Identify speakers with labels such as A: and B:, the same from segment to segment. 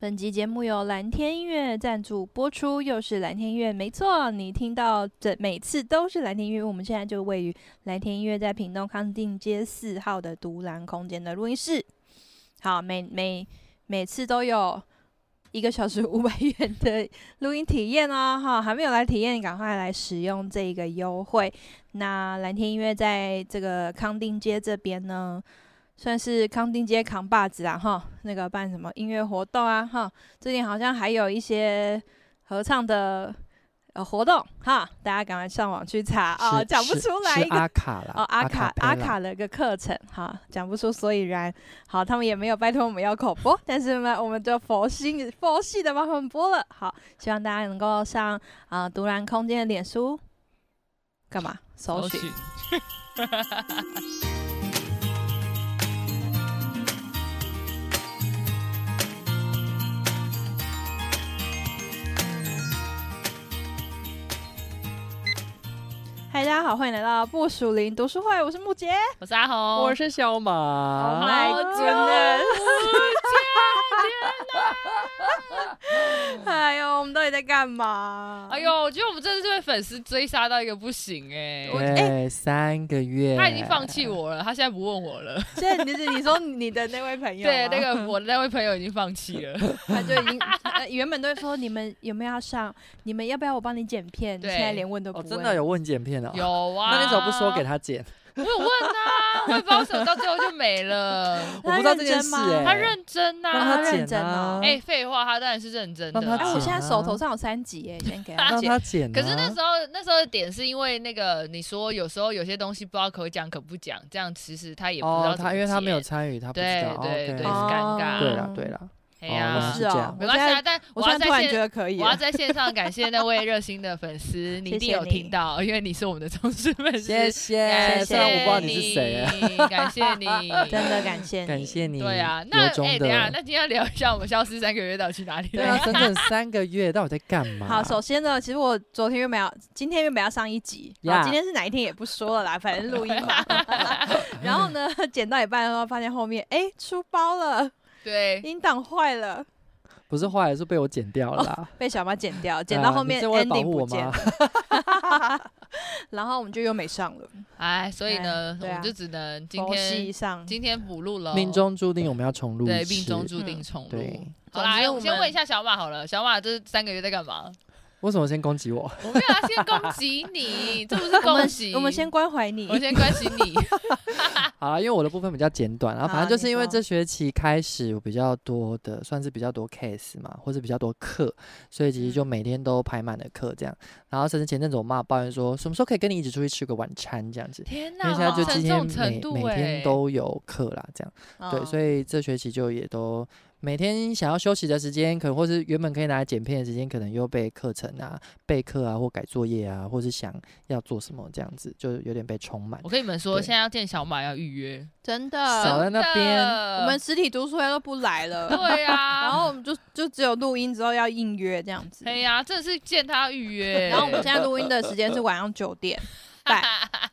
A: 本集节目由蓝天音乐赞助播出，又是蓝天音乐，没错，你听到这每次都是蓝天音乐。我们现在就位于蓝天音乐在屏东康定街四号的独蓝空间的录音室。好，每每每次都有一个小时五百元的录音体验哦，哈，还没有来体验，赶快来使用这个优惠。那蓝天音乐在这个康定街这边呢，算是康定街扛把子啊，哈，那个办什么音乐活动啊，哈，最近好像还有一些合唱的呃活动，哈，大家赶快上网去查啊、
B: 是
A: 讲不
B: 是
A: 出来
B: 是
A: 一个
B: 阿卡啦，
A: 哦，阿卡阿
B: acapella
A: 卡的一个课程，哈，讲不出所以然。好，他们也没有拜托我们要口播，但是呢，我们就佛心佛系的帮他们播了。好，希望大家能够上啊、呃、独蓝空间的脸书，干嘛搜寻？嗨，大家好，欢迎来到不属灵读书会，我是木杰。
C: 我是阿红，
B: 我哦是小马
A: Oh my
C: 好
A: goodness 哎呦，我们到底在干嘛？
C: 哎呦，，我觉得我们真的是被粉丝追杀到一个不行哎、
B: 对，三个月，
C: 他已经放弃我了，他现在不问我 了。
A: 现在你是你说你的那位 朋友吗，
C: 对，那个我的那位朋友已经放 弃了。
A: 他就已经、呃、原本都会说你们有没有要上，你们要不要我帮你剪片？你
C: 对
A: 现在连问都不
B: 哦，
A: 问，
B: 真的有问剪片哦，，
C: 有啊，
B: 那你怎么不说给？他剪？
C: 我有问啊，我也不知道为什么到最后就没了。
B: 我
A: 他
B: 不知道
A: 认
B: 这件
A: 真
B: 事
A: 吗
B: 哎，
C: 他认真呐、
B: 让
A: 他
C: 啊，
A: 认
B: 剪
A: 真哦
B: 啊，
C: 哎、废话，他当然是认真的
B: 让他
A: 哎、
C: 啊、
A: 我
B: 剪
A: 现在
B: 啊
A: 手头上有三集耶，先给 他
B: 让
A: 剪。
B: 他剪啊。
C: 可是那时候那时候的点是因为那个你说有时候有些东西不知道可讲可不讲，这样其实他也不知道
B: 哦，
C: 怎么
B: 他因为他没有
C: 剪
B: 参与，他不知
C: 对
B: 道。
C: 对对，是
A: 哦
B: o
C: 尴尬。
B: k 对啦对啦，
C: 哎
B: 哦
C: 呀
B: 我，
A: 是
B: 是这
A: 哦
B: 样，
C: 没关系啊，但
A: 我
C: 我
A: 现
C: 要
A: 在
C: 在
A: 突然觉
C: 线，
A: 得啊可以
C: 我要
A: 了，
C: 在线上感谢那位热心的 粉丝，你一定有听到，因为你是我们的忠实粉丝。
B: 谢
C: 感
A: 谢
B: 谢。
C: 谢
B: 虽然我不知道你是谁，哎
C: 你，
A: 啊
C: 感谢 你，
A: 真的感谢你，
B: 感谢你。
C: 对啊，那
B: 由衷
C: 哎，
B: 的
C: 等一下，那今天要聊一下我们消失三个月到底去哪里
B: 对啊
C: 了？，
B: 整整三个月，到底在干嘛？
A: 好，首先呢，其实我昨天原本要，今天原本要上一集，然后
B: Yeah
A: 今天是哪一天也不说了啦，反正录音嘛。 然后呢，剪到一半的时候发现后面，哎、出包了，
C: 对，
A: 音档坏了，
B: 不是坏，是被我剪掉了啦。
A: 被小马剪掉，哦 剪到
B: 啊
A: 后
B: 你
A: 面
B: 是为了保
A: ending
B: 护
A: 不
B: 我
A: 见
B: 吗，
A: 然后我们就又没上了，
C: 哎，所以呢
A: 哎，
C: 我
A: 对啊
C: 们就只能今
A: 佛系
C: 天
A: 上，
C: 今天补录了，
B: 命中注定我们要重录一
C: 对，
B: 次
C: 命中注定重录
B: 对。
C: 好啦，
A: 总之
C: 哎
A: 我
C: 我
A: 们
C: 先问一下小马好了，小马这三个月在干 嘛？
B: 为什么先攻击我？
C: 我没有要先攻击你，这不是
A: 我
C: 攻
A: 们
C: 击，
A: 我们先关怀你
C: 我，先关心 你。啊
B: 好啦，因为我的部分比较简短啊，
A: 好
B: 反正就是因为
A: 你说
B: 这学期开始有比较多的，算是比较多 case 嘛，或者比较多课，所以其实就
C: 嗯
B: 每天都排满了课这样。然后甚至前阵子我妈抱怨说，什么时候可以跟你一起出去吃个晚餐这样子。
C: 天
B: 因
C: 哪，
B: 为现在
C: 好
B: 就
C: 沉
B: 今天
C: 重程
B: 每
C: 度哦
B: 每
C: 哎
B: 天都有课啦，这样对，所
A: 以
B: 以这学期就也都每天想要休息的时间，可能或是原本可以拿来剪片的时间，可能又被课程啊、备课啊或改作业啊，或是想要做什么这样子，就有点被充满
C: 我。跟你们说，
B: 对
C: 现在要见小马要预约，
A: 真
B: 少
A: 的，
B: 在那边
C: 真的
A: 我们实体读书会都不来了，
C: 呃对啊
A: 然
C: 呀，
A: 后我们就就只有录音之后要应约这样子，
C: 哎呀，真的是见他预约。
A: 然后我们现在录音的时间是晚上九点半，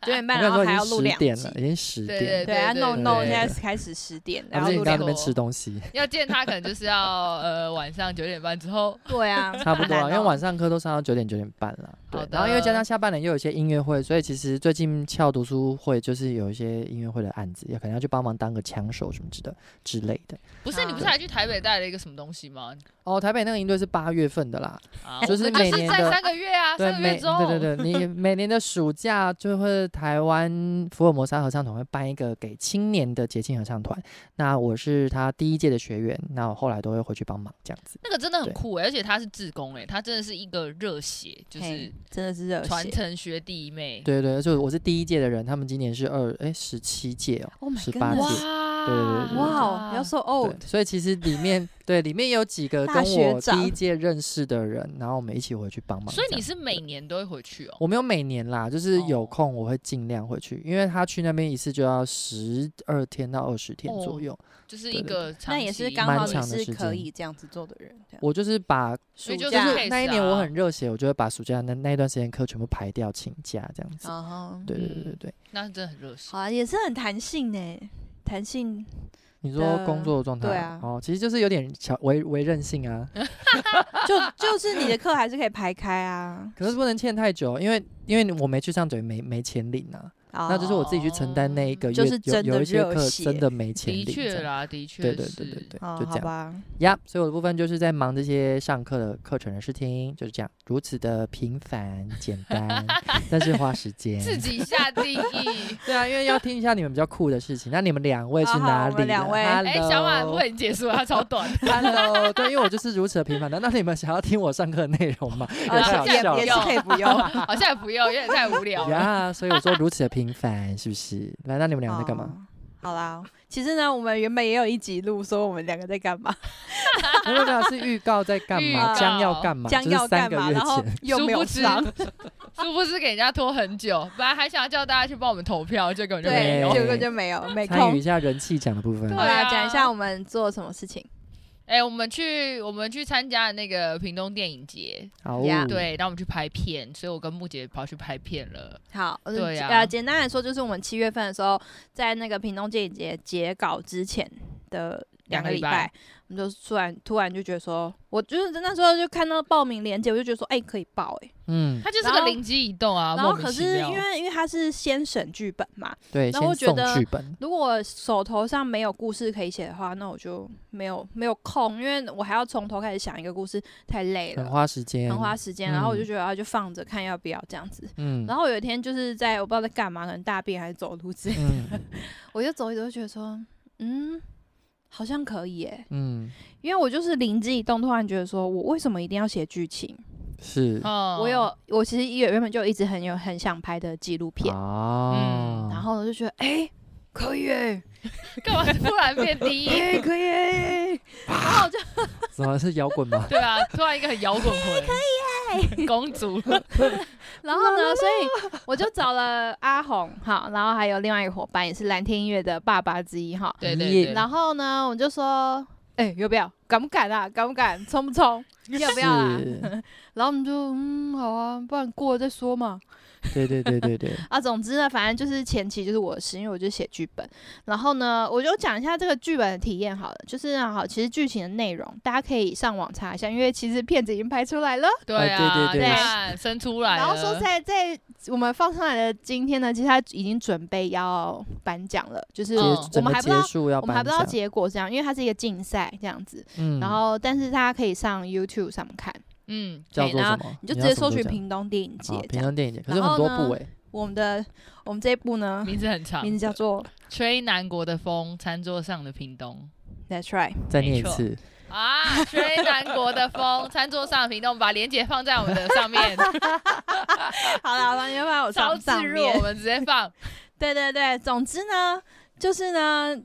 A: 九点
B: 我
A: 半，然
B: 跟你
A: 后
B: 说
A: 还要
B: 已经
A: 录
B: 十
A: 两
B: 点了，啊已
A: 集。
B: 经十
C: 对
B: 点，
A: 对啊
C: 对
A: ，no
B: 对
A: no，
B: 对
A: 现在开始十点，
B: 而
A: 然后
B: 且
A: 录
B: 你在
A: 两
B: 那
A: 集。
B: 边吃东西，
C: 要见他可能就是要呃晚上九点半之后，
A: 对啊，
B: 差不多
A: 好 难
B: 啊，因为
A: 哦
B: 晚上课都上到九点九点半了。对
C: 好，的
B: 然后因为加上下半年又有一些音乐会，所以其实最近翘读书会就是有一些音乐会的案子，也可能要去帮忙当个枪手什么之的之类的。
C: 不是你不是还去台北带了一个什么东西吗？
B: 哦，台北那个营队是八月份的啦，
C: 啊，
B: 就是
C: 我们
B: 每
C: 就是
B: 年
C: 在
B: 的
C: 三个月啊，
B: 对
C: 三个
B: 每
C: 月之后，
B: 对对对，你每年的暑假就会台湾福尔摩沙合唱团会办一个给青年的节庆合唱团，那我是他第一届的学员，那我后来都会回去帮忙这样子。
C: 那个真的很
B: 对
C: 酷哎、而且他是志工哎、他真的是一个热血，就是
A: 嘿真的是热
C: 传
A: 血。
C: 承学弟妹。
B: 对对，就我是第一届的人，他们今年是二哎十七届
A: Oh
B: 哦，
A: my
B: 十八届
C: 哇，。
B: 对对对对
A: 哇哦，要 so
B: 对
A: old，，
B: 所以其实里 面对里面有几个
A: 大
B: 跟
A: 学
B: 我
A: 长
B: 第一届认识的人，然后我们一起回去帮忙这
C: 所
B: 样。
C: 以你是每年都会回去哦、
B: 我没有每年啦，就是有
C: 哦
B: 空我会尽量回去，因为他去那边一次就要十二天到二十天左
C: 哦
B: 右。
C: 就是
B: 对
C: 一
B: 对
C: 个长
A: 那
C: 期
A: 也是刚
B: 蛮
A: 好
B: 长的
A: 你
B: 时
A: 是
B: 间
A: 可以这样子做的人，这样
B: 我就是把
C: 所以
A: 暑
C: 就
A: 假
C: 是
B: 就是
C: case
B: 那一年我
C: 啊
B: 很热血，我就会把暑假那那一段时间课全部排掉请假这样子。
A: 哦，
B: 对对对对对，
C: 那真的很热血。
A: 好啊，也是很弹性呢，弹性
B: 你说工作的状态，
A: 对啊
B: 哦，其实就是有点小为为任性啊，
A: 就就是你的课还是可以排开啊，
B: 可是不能欠太久，因为因为我没去上，等于没没钱领啊，
A: 哦
B: 那就是我自己去承担那一个月，
A: 就是真的
B: 有有一些
A: 热
B: 课
A: 血
B: 真的没钱
C: 的
B: 领这样，
C: 确啦，的确
B: 对
C: 是，
B: 对对对对，
A: 哦
B: 就这
A: 好
B: 样
A: 吧，
B: 呀。所以我的部分就是在忙这些上课的课程的事情，就是这样，如此的平凡简 单，但是花时间。
C: 自己下定义。
B: 对啊，因为要听一下你们比较酷的事情。那你们两位是
A: 好好
B: 哪
A: 我
B: 里
A: 们
B: 人？
A: 两位
C: 哎、小马不会结束，他超短。
B: Hello，Hello，对，因为我就是如此的平凡的。那你们想要听我上课的内容吗？哦也
A: 呃
B: 太好
A: 是也
B: 笑
A: 也
B: 了
A: 是可以不 用。
C: 好像也不用，有点太无聊了。
B: 呀所以我说如此的平凡，是不是？来，那你们两个在干嘛？
A: 哦？好啦，其实呢，我们原本也有一集录说我们两个在干嘛，
B: 没有没有，是预告在干
C: 预
B: 嘛？
C: 告
B: 将要干嘛？
A: 将
B: 就是
A: 要
B: 三
A: 干
B: 个
A: 嘛，
B: 月
A: 然后
B: 前。
A: 又没有上
C: 殊，殊不知给人家拖很久，本来还想要叫大家去帮我们投票，结果就没
A: 对
C: 有。，
A: 结果就没有，没
B: 参与
A: 空
B: 一。下人气奖的部分
C: 对。
A: 好啦，
C: 啊
A: 讲一下我们做什么事情。
C: 哎、我们去我们去参加那个屏东电影节，
B: 好
A: 呀
B: 哦，
C: 对，然后我们去拍片，所以我跟木姐跑去拍片了。
A: 好，呃
C: 对啊
A: 呃，简单来说，就是我们七月份的时候，在那个屏东电影节截稿之前的两
C: 两个
A: 个礼
C: 礼拜
A: 拜，我们就突然突然就觉得说，我就是那时候就看到报名链接，我就觉得说，哎、可以报哎、
B: 嗯，
C: 它就是
A: 然
C: 个
A: 后
C: 灵机一动啊，
A: 然后
C: 莫名
A: 可
C: 其
A: 是
C: 妙
A: 因为因为它是先审剧本嘛，
B: 对，
A: 然后
B: 先
A: 我觉
B: 送
A: 得
B: 剧本。
A: 如果我手头上没有故事可以写的话，那我就没有没有空，因为我还要从头开始想一个故事，太累
B: 很
A: 了，
B: 花时间，
A: 很花时间。然后我就
B: 嗯
A: 觉得啊，就放着看要不要这样子。
B: 嗯
A: 然后有一天就是在我不知道在干嘛，可能大便还是走路 之类的，
B: 嗯
A: 我就走一走，就觉得说，嗯，好像可以耶，
B: 嗯，
A: 因为我就是灵机一动，突然觉得说我为什么一定要写剧情？
B: 是
C: 嗯
A: 我有，我其实也原本就一直很有很想拍的纪录片，
B: 哦，
A: 然后我就觉得，哎、可以耶，
C: 干嘛突然变低音？
A: 耶，可以耶，然后我就。
B: 怎么是摇滚 吗？
C: 对啊，突然一个很摇滚魂， 可以公主，
A: 然后呢，所以我就找了阿红哈，然后还有另外一个伙伴也是蓝天音乐的爸爸之一哈。
C: 对对
B: 耶
C: 对，
A: 然后呢，我就说，哎、要不要？敢不敢啊？敢不敢？冲不冲？要不要啊？
B: 是
A: 然后我们就嗯，好啊，不然过了再说嘛。
B: 对对对对对，
A: 啊，总之呢，反正就是前期就是我的事，因为我就写剧本。然后呢，我就讲一下这个剧本的体验好了，就是啊好，其实剧情的内容大家可以上网查一下，因为其实片子已经拍出来了。
C: 对
B: 对
C: 啊，
A: 哎
B: 对
A: 对
C: 你看生出来了，
A: 然后说在在我们放上来的今天呢，其实他已经准备要颁奖了，就是
C: 嗯
B: 结
A: 哦我
B: 整
A: 们
B: 个
A: 还不知
B: 结
A: 道
B: 束要
A: 我们还
B: 颁
A: 不知道
B: 奖，
A: 结果是这样，因为它是一个竞赛这样子。
B: 嗯
A: 然后，但是大家可以上 YouTube 上看，
C: 嗯，
B: 叫
A: 嘿
B: 做
A: 哎然
B: 什
A: 后
B: 么？
A: 你就直
B: 要
A: 接
B: 什么
A: 搜寻
B: 都讲
A: 屏东电影节
B: 好
A: 这
B: 平
A: 样。
B: 衡电影节，可是
A: 然后
B: 很多
A: 呢
B: 部哎，
A: 我们的我们这一部呢，
C: 名字很长，
A: 名字叫做
C: 吹南国的风，餐桌上的屏东
A: That's right。
B: 再
C: 没
B: 念一
C: 错
B: 次，
C: 啊，吹南国的 风，餐桌上的屏东，把连接放在我们的上面，
A: 好了，反正 把我
C: 超
A: 上
C: 自
A: 上
C: 若，我
A: 面。
C: 们直接放，
A: 对对对，总之呢，就是呢。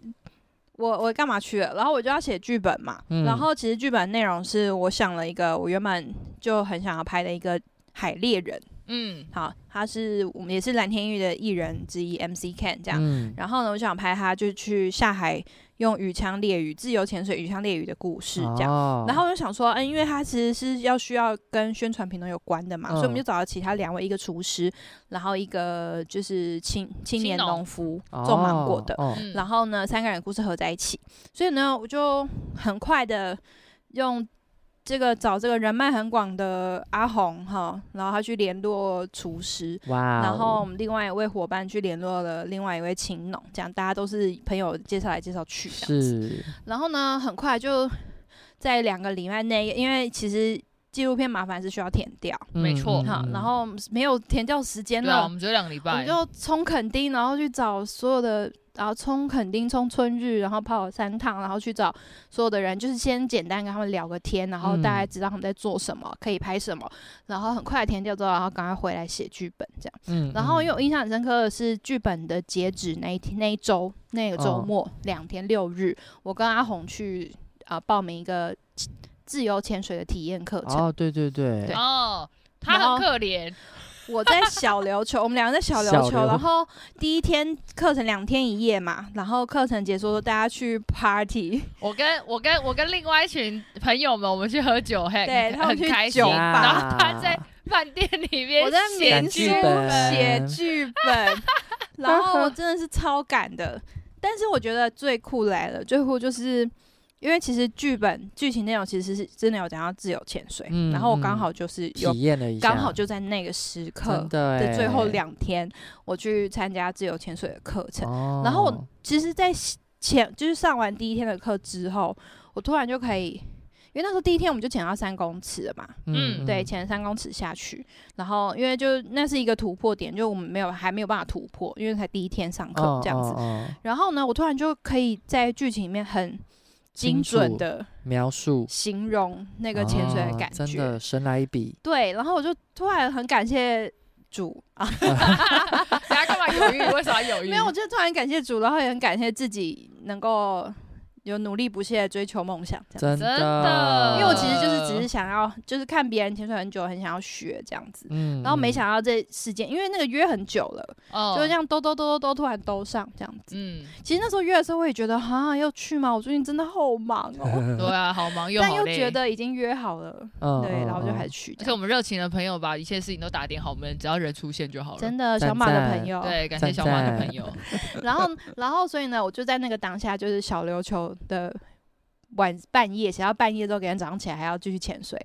A: 我我干嘛去了？然后我就要写剧本嘛。
B: 嗯
A: 然后其实剧本内容是我想了一个我原本就很想要拍的一个海猎人，
C: 嗯，
A: 好，他是我们也是蓝天玉的艺人之一 MC Ken 这样。
B: 嗯
A: 然后呢，我想拍他就去下海用鱼枪猎鱼、自由潜水鱼枪猎鱼的故事这样。
B: 哦
A: 然后我就想说，嗯，因为他其实是要需要跟宣传评论有关的嘛，所以我们
B: 嗯
A: 就找到其他两位，一个厨师，然后一个就是青青
C: 青
A: 年
C: 农
A: 农夫种芒果
B: 哦
A: 的。
B: 哦
C: 嗯
A: 然后呢，三个人的故事合在一起，所以呢，我就很快的用这个找这个人脉很广的阿红哈，然后他去联络厨师，
B: 哇哦，
A: 然后我们另外一位伙伴去联络了另外一位青农，这样大家都是朋友介绍来介绍去这样子。
B: 是
A: 然后呢，很快就在两个礼拜内，因为其实纪录片麻烦是需要填掉，
B: 嗯
C: 没错
A: 哈，然后没有填掉时间
C: 嗯对啊，
A: 了
C: 我，们只有两个礼
A: 我
C: 拜
A: 们，就冲垦丁，然后去找所有的，然后冲垦丁、冲春日，然后跑三趟，然后去找所有的人，就是先简单跟他们聊个天，然后大概
B: 嗯
A: 知道他们在做什么，可以拍什么，然后很快填掉之后，然后赶快回来写剧本这样。
B: 嗯
A: 然后因为
B: 又
A: 我印象很深刻的是剧本的截止那一天、那一周、那个周
B: 哦
A: 末两、天六日，我跟阿红去啊、呃报名一个自由潜水的体验课程。
B: 哦，对对对，
C: 哦，他
A: 然后
C: 很可怜，
A: 我在小琉球，我们两个在小
B: 小
A: 琉
B: 琉
A: 球，然后第一天课程两天一夜嘛，然后课程结束后大家去 party，
C: 我跟我跟我跟另外一群朋友们，我们去喝酒，嘿，
A: 对他们
C: 很
A: 去
C: 开心
A: 酒，
B: 呀
A: 吧
C: 然后他在饭店里面
A: 我在
C: 写
A: 民
B: 赶
A: 宿
B: 剧
C: 剧
B: 本
A: 写剧本，然后我真的是超赶的。但是我觉得最酷来了，最酷就是因为其实剧本剧情内容其实是真的有讲到自由潜水，
B: 嗯
A: 然后我
B: 嗯
A: 刚好就是有
B: 体验了一下，
A: 刚好就在那个时刻
B: 真的
A: 的最后
B: 欸，
A: 两天，我去参加自由潜水的课程。
B: 哦
A: 然后我其实，在前就是上完第一天的课之后，我突然就可以，因为那时候第一天我们就潜到三公尺了嘛，
C: 嗯
A: 对，潜三公尺下去。然后因为就那是一个突破点，就我们没有还没有办法突破，因为才第一天上课
B: 哦
A: 这样子。
B: 哦哦
A: 然后呢，我突然就可以在剧情里面很精
B: 清
A: 准
B: 楚
A: 的
B: 描述
A: 形容那个潜水的
B: 啊
A: 感
B: 真
A: 觉，
B: 的神来一笔，
A: 对。然后我就突然很感谢主啊，
C: 大家干嘛犹豫？为什么要犹 豫？
A: 没有，我就突然感谢主，然后也很感谢自己能够有努力不懈地追求梦想这样。
B: 真
C: 真的
A: 因为我其实就是只是想要，就是看别人潜水很久，很想要学这样子。
B: 嗯
A: 然后没
B: 嗯
A: 想到这事件，因为那个约很久了，
C: 哦
A: 就这，样兜兜兜兜兜，突然兜上这样子。
C: 嗯，
A: 其实那时候约的时候，我也觉得哈要去吗？我最近真的好忙哦，
C: 对啊，好忙又
A: 但
C: 好
A: 又
C: 累，
A: 觉得已经约好了，
B: 嗯
A: 对，然后就还是
B: 是
A: 去这
C: 而且
A: 样。
C: 我们热情的朋友把一切事情都打点好，我们只要人出现就好了。
A: 真的，
B: 赞
A: 小马的
B: 赞
A: 朋友，
C: 对，感谢小马的朋友。
A: 然后，然后，所以呢，我就在那个当下，就是小琉球的晚半夜，写到半夜之后，隔天早上起来还要继续潜水。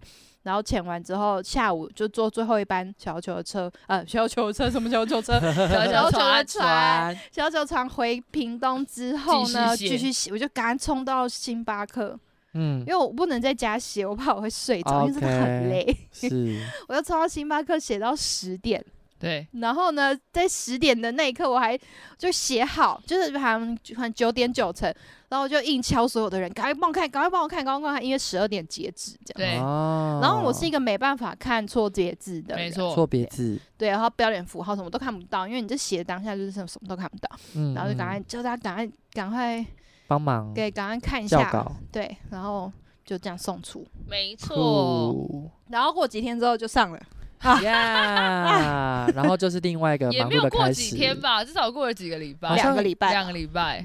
A: 然后潜完之后，下午就坐最后一班小琉球的车，呃，小琉球的车什么小琉球车？
C: 小
A: 小
C: 小
A: 小
C: 船
A: 的船，小琉球船回屏东之后呢，
C: 继续写
A: 继续写，我就赶快冲到星巴克，
B: 嗯
A: 因，为我不能在家写，我怕我会睡着，因为真的很
B: OK 嗯
A: 累。
B: 是
A: 我就冲到星巴克写到十点，
C: 对，
A: 然后呢，在十点的那一刻，我还就写好，就是好像很九点九成，然后我就硬敲所有的人，赶快帮我看，赶快帮我看，赶快帮我看，因为十二点截止这样。
C: 对
B: 哦
A: 然后我是一个没办法看错截止的人，
C: 没，错，
B: 错别字，
A: 对，然后标点符号什么都看不到，因为你这写的当下就是什么什么都看不到，
B: 嗯，
A: 然后就赶
B: 嗯
A: 快叫大家赶快赶快
B: 帮忙
A: 给赶快看一
B: 校
A: 下，
B: 稿，
A: 对，然后就这样送出，
C: 没错，
B: 酷
A: 然后过几天之后就上了，
B: 呀，然后就是另外一个
C: 啊也
B: 忙
C: 没
B: 碌
C: 有
B: 的
C: 过
B: 开
C: 几
B: 始，
C: 天吧，至少过了几个礼拜，
B: 好像
A: 两个礼拜
C: 两。个礼拜，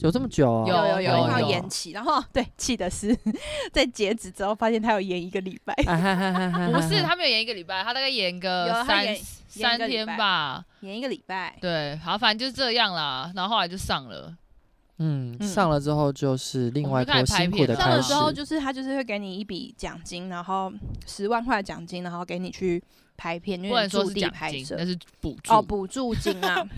B: 有这么久哦？
C: 有
A: 有
C: 有
A: 有因为它
C: 有
A: 延期，然后 对，气的是在截止之后发现他有延一个 礼拜，
B: 啊哈哈哈哈
C: 不是，他没有延一个礼拜，他大概延个
A: 有他
C: 三
A: 延延
C: 三
A: 一个礼
C: 天
A: 拜
C: 吧。
A: 延一个礼拜。
C: 对，好，反正就是这样啦。然后后来就上了，
B: 嗯，
A: 嗯
B: 上了之后就是另
C: 我
B: 外
C: 们
B: 一
C: 就开
B: 波
C: 始拍
B: 辛苦
C: 片
B: 的
C: 了
A: 上
B: 开
A: 的时候
B: 始，
A: 就是他就是会给你一笔奖金，然后十万块奖金，然后给你去拍片，
C: 不
A: 就
C: 能
A: 是
C: 说
A: 驻
C: 是
A: 地
C: 奖
A: 拍
C: 金，
A: 摄
C: 那是补助。
A: 哦，补助金啊。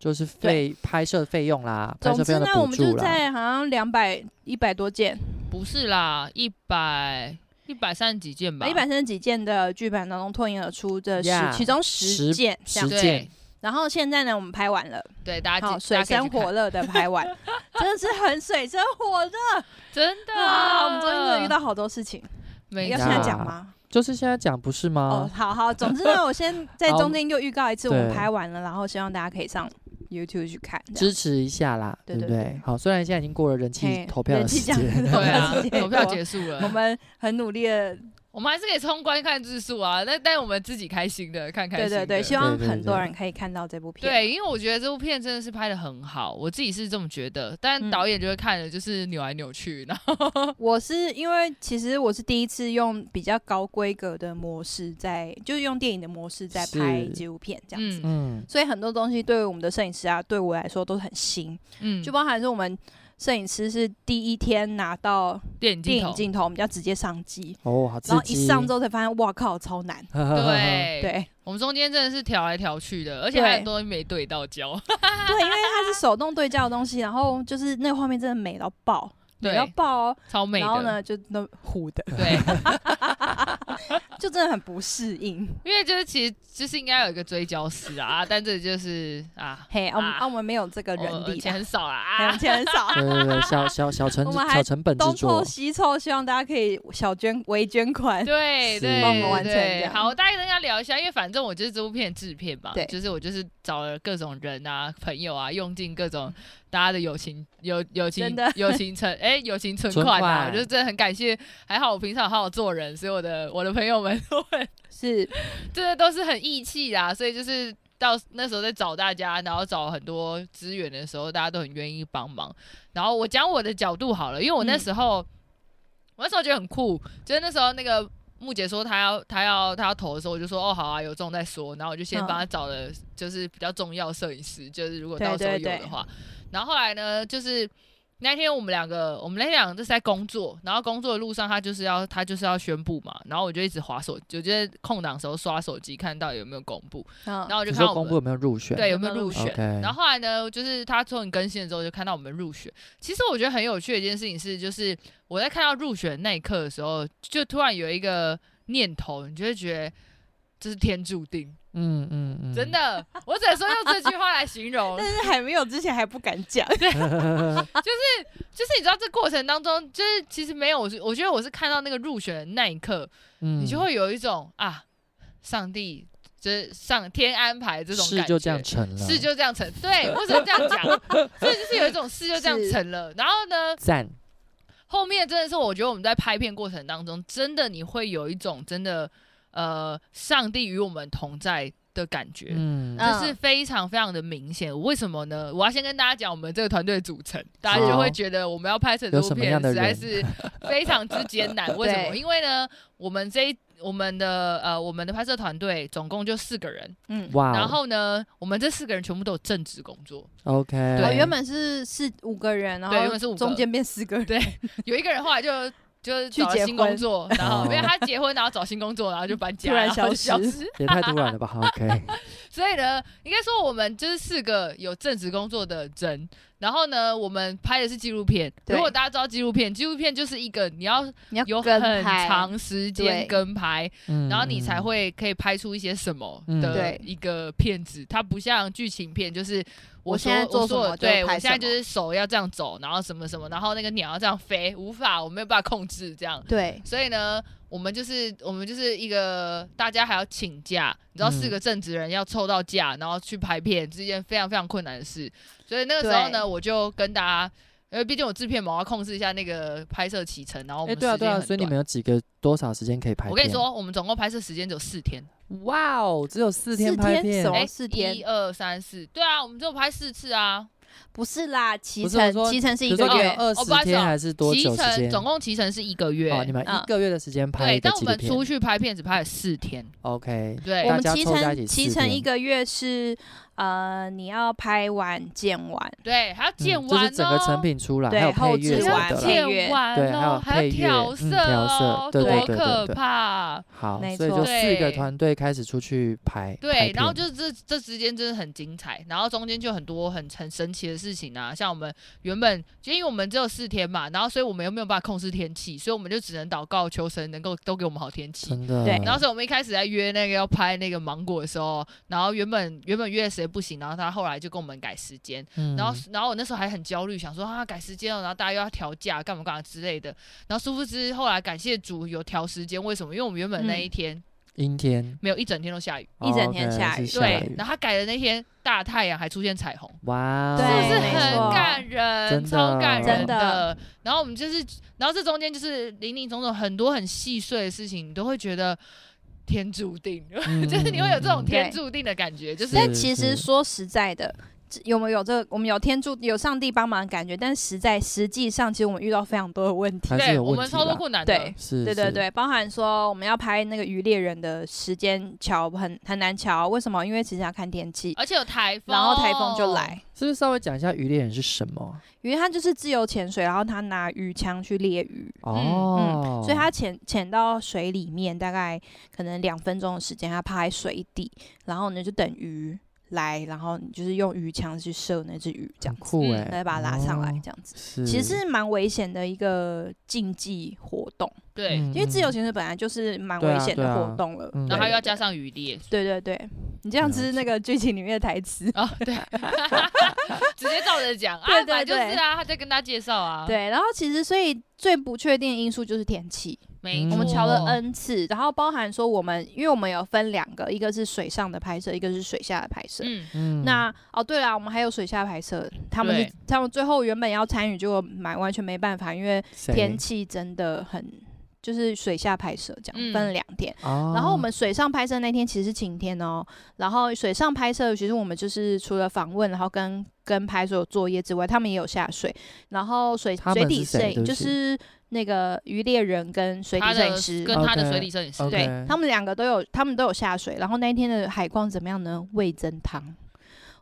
B: 就是费拍摄费用啦，拍
A: 总
B: 摄
A: 之
B: 费用的
A: 呢，我
B: 补
A: 们就
B: 助啦。
A: 在好像两百一百多件，
C: 不是啦，一百一百三十几件吧，
A: 一百三十几件的剧本当中脱颖而出的十，
B: Yeah，
A: 其中
B: 十
A: 十件这样
B: 十。
C: 对
B: 件
A: 然后现在呢，我们拍完了，
C: 对，大家
A: 好
C: 记
A: 水
C: 啊大家可以
A: 深
C: 去看
A: 火热的拍完， 真的是很水深火热
C: 真的
A: 啊！我们昨天真的遇，到好多事情，
C: 没
A: 要
B: 事
A: 现
C: 错
A: 在
B: 啊
A: 讲吗？
B: 就是现在讲不是
A: 哦
B: 吗，？
A: 好好，总之 呢，我先在中间又预告一次，我们
B: 对
A: 拍完了，然后希望大家可以上 YouTube 去看。这样
B: 支持一下啦，
A: 对
B: 不
A: 对对
B: 对？好，虽然现在已经过了人气
A: 嘿
B: 投票的
A: 人气
B: 时间
A: 奖，，
C: 对啊 投票结束
A: 我
C: 了，
A: 们很努力的，
C: 我们还是可以冲观看字数啊，但但我们自己开心的，看开
A: 对对
C: 心的。
A: 对，希
B: 对
A: 望
B: 对
A: 很多
B: 对
A: 人可以看到这部片。
C: 对，因为我觉得这部片真的是拍的很好，我自己是这么觉得，但
A: 嗯
C: 导演就会看了就是扭来扭去，然后
A: 我是因为其实我是第一次用比较高规格的模式在，就是用电影的模式在拍
B: 是
A: 纪录片这样子，
C: 嗯
B: 嗯，
A: 所以很多东西对于我们的摄影师啊，对我来说都是很新，
C: 嗯，
A: 就包含是我们摄影师是第一天拿到
C: 电
A: 电
C: 影镜
A: 影
C: 头，
A: 镜头，我们就要直接上机，
B: 哦，好刺
A: 然后一
B: 激，
A: 上之后才发现，哇靠，超难。
B: 呵呵呵呵，
C: 对，
A: 对
C: 我们中间真的是调来调去的，而且还
A: 对
C: 很多东西没对到焦，
A: 对，因为它是手动对焦的东西，然后就是那个画面真的美到爆，美
C: 对
A: 到爆哦。
C: 超美
A: 然后
C: 的，
A: 呢，就都糊的，
C: 对，
A: 就真的很不适应。
C: 因为就是其实就是应该有一个追焦师啊，但这里就是啊，
A: 嘿，我们
C: 啊
A: 啊我们没有这个人
C: 我们
A: 力
C: 钱
A: 啦，
C: 很少啦
A: 嘿 我
C: 啊
A: 们，钱很少，
B: 对对对，小小 小成
A: 我们还
B: 小成本制
A: 东凑
B: 作，
A: 西凑，希望大家可以小捐微捐款。
C: 对
B: 是帮我
C: 对
B: 们
A: 完成这
C: 对，
A: 样
C: 好，大概跟大家聊一下，因为反正我就是这部片制片嘛
A: 对，
C: 就是我就是找了各种人啊、朋友啊，用尽各种大家的友情、友友情
A: 嗯真的、
C: 友 情存哎友情存
B: 存
C: 款啊，
B: 款
C: 我就是真的很感谢，还好我平常有好好做人，所以我的我的朋友们都很
A: 是，
C: 真的都是很义气啦，所以就是到那时候在找大家，然后找很多资源的时候，大家都很愿意帮忙。然后我讲我的角度好了，因为我那时候、我那时候觉得很酷，就是那时候那个。木姐说她要她要她要投的时候，我就说哦好啊，有中再说。然后我就先
A: 嗯
C: 帮她找了，就是比较重要摄影师，就是如果
A: 对
C: 到时候
A: 对
C: 有
A: 对
C: 的话。然后后来呢，就是那天我们两个，我们那天两个是在工作，然后工作的路上，他就是要他就是要宣布嘛，然后我就一直划手，我就在空档的时候刷手机，看到有没有公布，
A: 嗯
C: 然后我就
B: 你说
C: 看到我
B: 公布有
C: 们
B: 没有入选？
C: 对有
A: 有
C: 没
A: 没
C: 有
A: 有
C: 入
A: 入
C: 选
A: 选。
B: ，OK，
C: 然后后来呢，就是他终于更新了之后，就看到我们入选。其实我觉得很有趣的一件事情是，就是我在看到入选那一刻的时候，就突然有一个念头，你就会觉得这是天注定，
B: 嗯嗯嗯，
C: 真的，我只能说用这句话来 形容。
A: 但是还没有之前还不敢讲，
C: 就是你知道这过程当中，就是其实没有，我是我觉得我是看到那个入选的那一刻，
B: 嗯，
C: 你就会有一种啊，上帝就是上天安排这种感
B: 事
C: 觉，
B: 就这样成了，
C: 事就这样成，对，为什么这样 讲？所以就是有一种事就这样
A: 是
C: 成了。然后呢，
B: 赞，
C: 后面真的是我觉得我们在拍片过程当中，真的你会有一种真的呃，上帝与我们同在的感觉。
B: 嗯
A: 嗯
C: 这是非常非常的明显，为什么呢？我要先跟大家讲我们这个团队的组成，大家就
A: 哦
C: 会觉得我们要拍成这部
B: 有什么
C: 片
B: 样的
C: 实在
B: 人
C: 是非常之艰 难。为什么？
A: 对
C: 因为呢，我们这一我们的呃我们的拍摄团队总共就四个人，
A: 嗯，
B: 哇哦，
C: 然后呢，我们这四个人全部都有正职工作，
B: OK，
A: 哦，原本是是五个人，然
C: 对原本是五
A: 后
C: 个
A: 中间变四个人，
C: 对有一个人后来就就是
A: 去
C: 找了
A: 结
C: 新工
A: 婚哦
C: 作，然后因为他结婚，然后找新工作，然后就搬家，
A: 突然
C: 后就
A: 消
C: 消
A: 失
C: 失。
B: 也太突然了吧 ？OK，
C: 所以呢，应该说我们就是四个有正职工作的人，然后呢，我们拍的是纪录片。
A: 对
C: 如果大家知道纪录片，纪录片就是一个你要
A: 你要
C: 有
A: 跟
C: 很
A: 拍
C: 长时间
A: 对
C: 跟拍，
B: 嗯
C: 然后你才
B: 嗯
C: 会可以拍出一些什么
B: 嗯
C: 的
A: 对
C: 一个片子。它不像剧情片，就是
A: 我
C: 说
A: 现在做
C: 我
A: 什么就
C: 说对我
A: 拍
C: 现在
A: 什
C: 就
A: 么
C: 是手要这样走，然后什么什么，然后那个鸟要这样飞，无法，我没有办法控制这样。
A: 对，
C: 所以呢，我们就是我们就是一个大家还要请假，你知道
B: 嗯
C: 四个正职人要凑到假，然后去拍片是一件非常非常困难的事。所以那个时候呢，
A: 对
C: 我就跟大家，因为毕竟我制片嘛，我要控制一下那个拍摄期程，然后我
B: 哎，
C: 们
B: 对啊
C: 时
B: 对
C: 间
B: 啊，
C: 很
B: 所以你
C: 短。
B: 们有几个多少时间可以拍？
C: 我跟你，说，我们总共拍摄时间只有四天，
B: 哇哦，只有四天
A: 四
B: 拍
A: 天
B: 片哦
A: 什，么
C: 哎，
A: 四天
C: 一二三四，对啊，我们只有拍四次啊，
A: 不是啦，骑
B: 不是我
A: 乘
B: 说
A: 骑乘是一
B: 比如
A: 个
B: 说你
A: 月
B: 们，二
C: 哦
B: 十
C: 不好意思
B: 天
C: 哦
B: 还是多
C: 骑
B: 久时
C: 程
B: 间？
C: 总共骑程是一个月，
B: 哦，你们一
A: 嗯
B: 个月的时间拍
C: 对，
B: 一个
C: 但我
B: 纪录
C: 们出
B: 片
C: 去拍片只拍了四天，
B: ，OK，嗯
C: 对，
A: 我
B: 大
A: 们
B: 家
A: 骑
B: 凑在一起
A: 乘
B: 四
A: 骑乘一
B: 天
A: 个月是呃，你要拍完剪完，
C: 对，还要
B: 嗯
C: 建
B: 就
C: 完、哦
B: 是整个成品出来，
A: 对
B: 还有
A: 后
B: 配乐
A: 置
B: 什么
A: 完
B: 的
A: 配
B: 啦。
A: 乐
C: 完
B: 对还有
C: 哦，还
B: 配乐
C: 要调
B: 嗯
C: 色
B: 调色
C: 哦，
B: 对
A: 对
C: 多
B: 对对
C: 可
B: 对
C: 怕！
B: 好，
A: 没
B: 所以
A: 错
B: 就四
C: 对
B: 个团队开始出去拍，
C: 对
B: 拍，
C: 然后
B: 片
C: 就是这这之间真的很精彩，然后中间就很多很很神奇的事情啊，像我们原本就因为我们只有四天嘛，然后所以我们又没有办法控制天气，所以我们就只能祷告求神能够都给我们好天气。
B: 真的，
A: 对
C: 然后所以我们一开始在约那个要拍那个芒果的时候，然后原本原本约谁不行，然后他后来就跟我们改时间，
B: 嗯
C: 然后，然后我那时候还很焦虑，想说啊改时间了，然后大家又要调价，干嘛干嘛之类的。然后殊不知后来感谢主有调时间，为什么？因为我们原本那一
A: 嗯
C: 天、
B: 阴天
C: 没有一整天都下雨，
A: 一整天
B: OK，
A: 下
B: 是
A: 雨
B: 下
C: 对
B: 雨。
C: 然后他改的那天大太阳，还出现彩虹，
B: 哇哦，
A: 对
C: 是不是
A: 没
C: 很
A: 错
C: 感人？
B: 真的
C: 超感人
A: 真的
C: 然后我们就是，然后这中间就是林林总总很多很细碎的事情，你都会觉得天注定，
B: 嗯
C: 就是你会有这
B: 嗯
C: 种
B: 嗯嗯
C: 天
A: 对
C: 注定的感觉，就是
A: 但其
B: 是
A: 实说实在的，这有没有这个我们有天助有上帝帮忙的感觉，但实在实际上，其实我们遇到非常多的问题
B: 还。是
C: 对
B: 有
C: 我
B: 问
C: 们
B: 题
C: 超多
B: 啦
C: 困难的。
A: 对，
B: 嗯是，
A: 对对
B: 是，
A: 对，包含说我们要拍那个渔猎人的时间瞧很很难瞧，为什么？因为其实要看天气，
C: 而且有台风，
A: 然后台风就来。
B: 是不是稍微讲一下渔猎人是什么？
A: 因为他就是自由潜水，然后他拿鱼枪去猎鱼，
B: 哦，
A: 嗯所以他潜潜到水里面，大概可能两分钟的时间，他趴在水底，然后呢就等鱼来，然后你就是用鱼枪去射那只鱼，这
B: 很
A: 样子，
B: 酷
C: 嗯
B: 哎，
A: 来把它拉上来，
B: 哦
A: 这样子。
B: 是，
A: 其实是蛮危险的一个竞技活动，
C: 对，
A: 因
B: 嗯，
A: 为自由
B: 嗯
A: 潜水本来就是蛮
B: 对啊
A: 危险
B: 对
A: 的
B: 啊
A: 活动了，
B: 嗯
C: 然后
A: 对
C: 又要加上渔猎，
A: 对对对，你这样子是那个剧情里面的台词。
C: 啊， 对，直接照着讲啊，
A: 对对
C: 本来就是
A: 对
C: 啊，他在跟他介绍啊，，
A: 对，然后其实所以最不确定的因素就是天气，
C: 没
B: 嗯
C: 错，
A: 我们瞧了 N 次，然后包含说我们，因为我们有分两个，一个是水上的拍摄，一个是水下的拍摄。
C: 嗯，
B: 嗯
A: 那哦，对啦，我们还有水下拍摄，他们
C: 对
A: 是他们最后原本要参与，结果买完全没办法，因为
B: 谁
A: 天气真的很就是水下拍摄这样，分了
C: 嗯
A: 两天。
B: 哦
A: 然后我们水上拍摄那天其实是晴天哦，然后水上拍摄其实我们就是除了访问，然后跟跟拍所有作业之外，他们也有下水，然后水
B: 他
A: 水
B: 们
A: 底
B: 是谁
A: 摄影
B: 对不
A: 就
B: 起
A: 是那个渔猎人跟水
C: 他
A: 底摄影
C: 的
A: 师，
C: 跟他的
B: OK，
C: 水底摄影师
B: OK
C: 对，
A: 对他们两个都有，他们都有下水，然后那一天的海况怎么样呢？味增汤。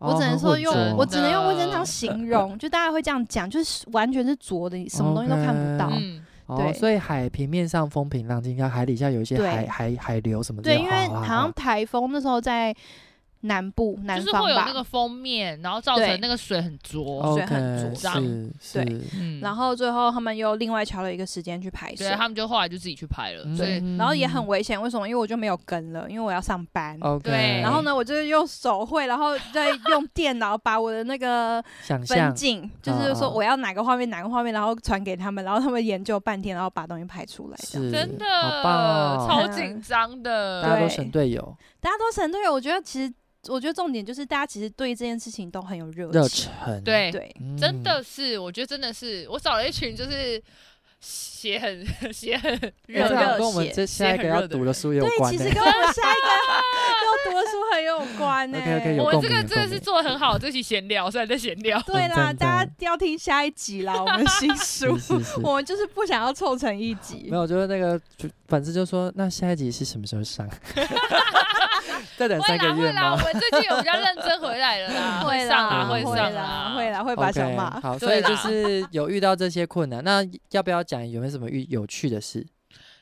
B: 哦
A: 我只能说用，
C: 浊
A: 我只能用味增汤
C: 真的
A: 形容，就大家会这样讲，就是完全是浊的，什么东西都看不到。
B: OK
C: 嗯，
B: 哦，
A: 对
B: 所以海平面上风平浪静，要海底下有一些
A: 对
B: 海海海流什么之类
A: 对，
B: 的。
A: 因为
B: 好啊
A: 好像台风那时候在南部南
C: 就是
A: 方
C: 会有那
A: 吧
C: 个，封面，然后造
A: 对
C: 成那个水很浊。
B: 好
A: 水很
B: ，OK，
A: 浊
C: 脏
B: 是是，
A: 对
C: 嗯，
A: 然后最后他们又另外敲了一个时间去拍摄
C: 对，他们就后来就自己去拍了，所以
B: 嗯哦
A: 然后也很危险，为什么？因为我就没有跟了，因为我要上班。
B: OK。
C: 对
A: 然后？呢，我就是用手绘，然后再用电脑把我的那个
B: 想
A: 分
B: 象
A: 镜，
B: 嗯
A: 就是说我要哪个画面哪个画面，然后传给他们，然后他们研究半天，然后把东西拍出来。这样
B: 是
C: 真的
B: 好棒哦，
C: 超紧张
B: 大家
C: 的，
B: 都
A: 对
B: 省队友，
A: 大家都神队友，我觉得其实，我觉得重点就是大家其实对这件事情都很有热
B: 热
A: 情。
B: 忱，
C: 对，
A: 对，
B: 嗯，
C: 真的是，我觉得真的是，我找了一群就是血很 血很
B: 哎，
C: 热
B: 这好像
A: 热
C: 的，
B: 跟我们
A: 血
B: 这下一
C: 血
B: 个
C: 很
B: 要
C: 热的
B: 读的
C: 人
B: 书也有
A: 对，
B: 关
A: 其
B: 呢
A: 实。跟我们下 一个要读的书很有关欸呢、
B: OK，OK，有
C: 我
B: 共
C: 们这个
B: 鸣有
C: 真的
B: 共
C: 是
B: 鸣
C: 做的很好，这期闲聊虽然在闲聊，
A: 对啦，
B: 赞赞
A: 大家要听下一集啦，我们新 书
B: 是，是是
A: 我们就是不想要凑成一集
B: 没。有，就是那个就粉丝就说，那下一集是什么时候上？ 再等
C: 会
B: 三
C: 啦
B: 个月
C: 会啦，我
B: 吗啊
C: 们最近有比较认真回来了啦，
A: 会
C: 上
A: 啦，
C: 啦
A: 会
C: 会上啊
A: 啦，会啦，会把小
B: ？OK，
A: 骂。
B: 好，所
C: 对
B: 以就
C: 啦
B: 是有遇到这些困难，那要不要讲有没有什么遇有趣的事？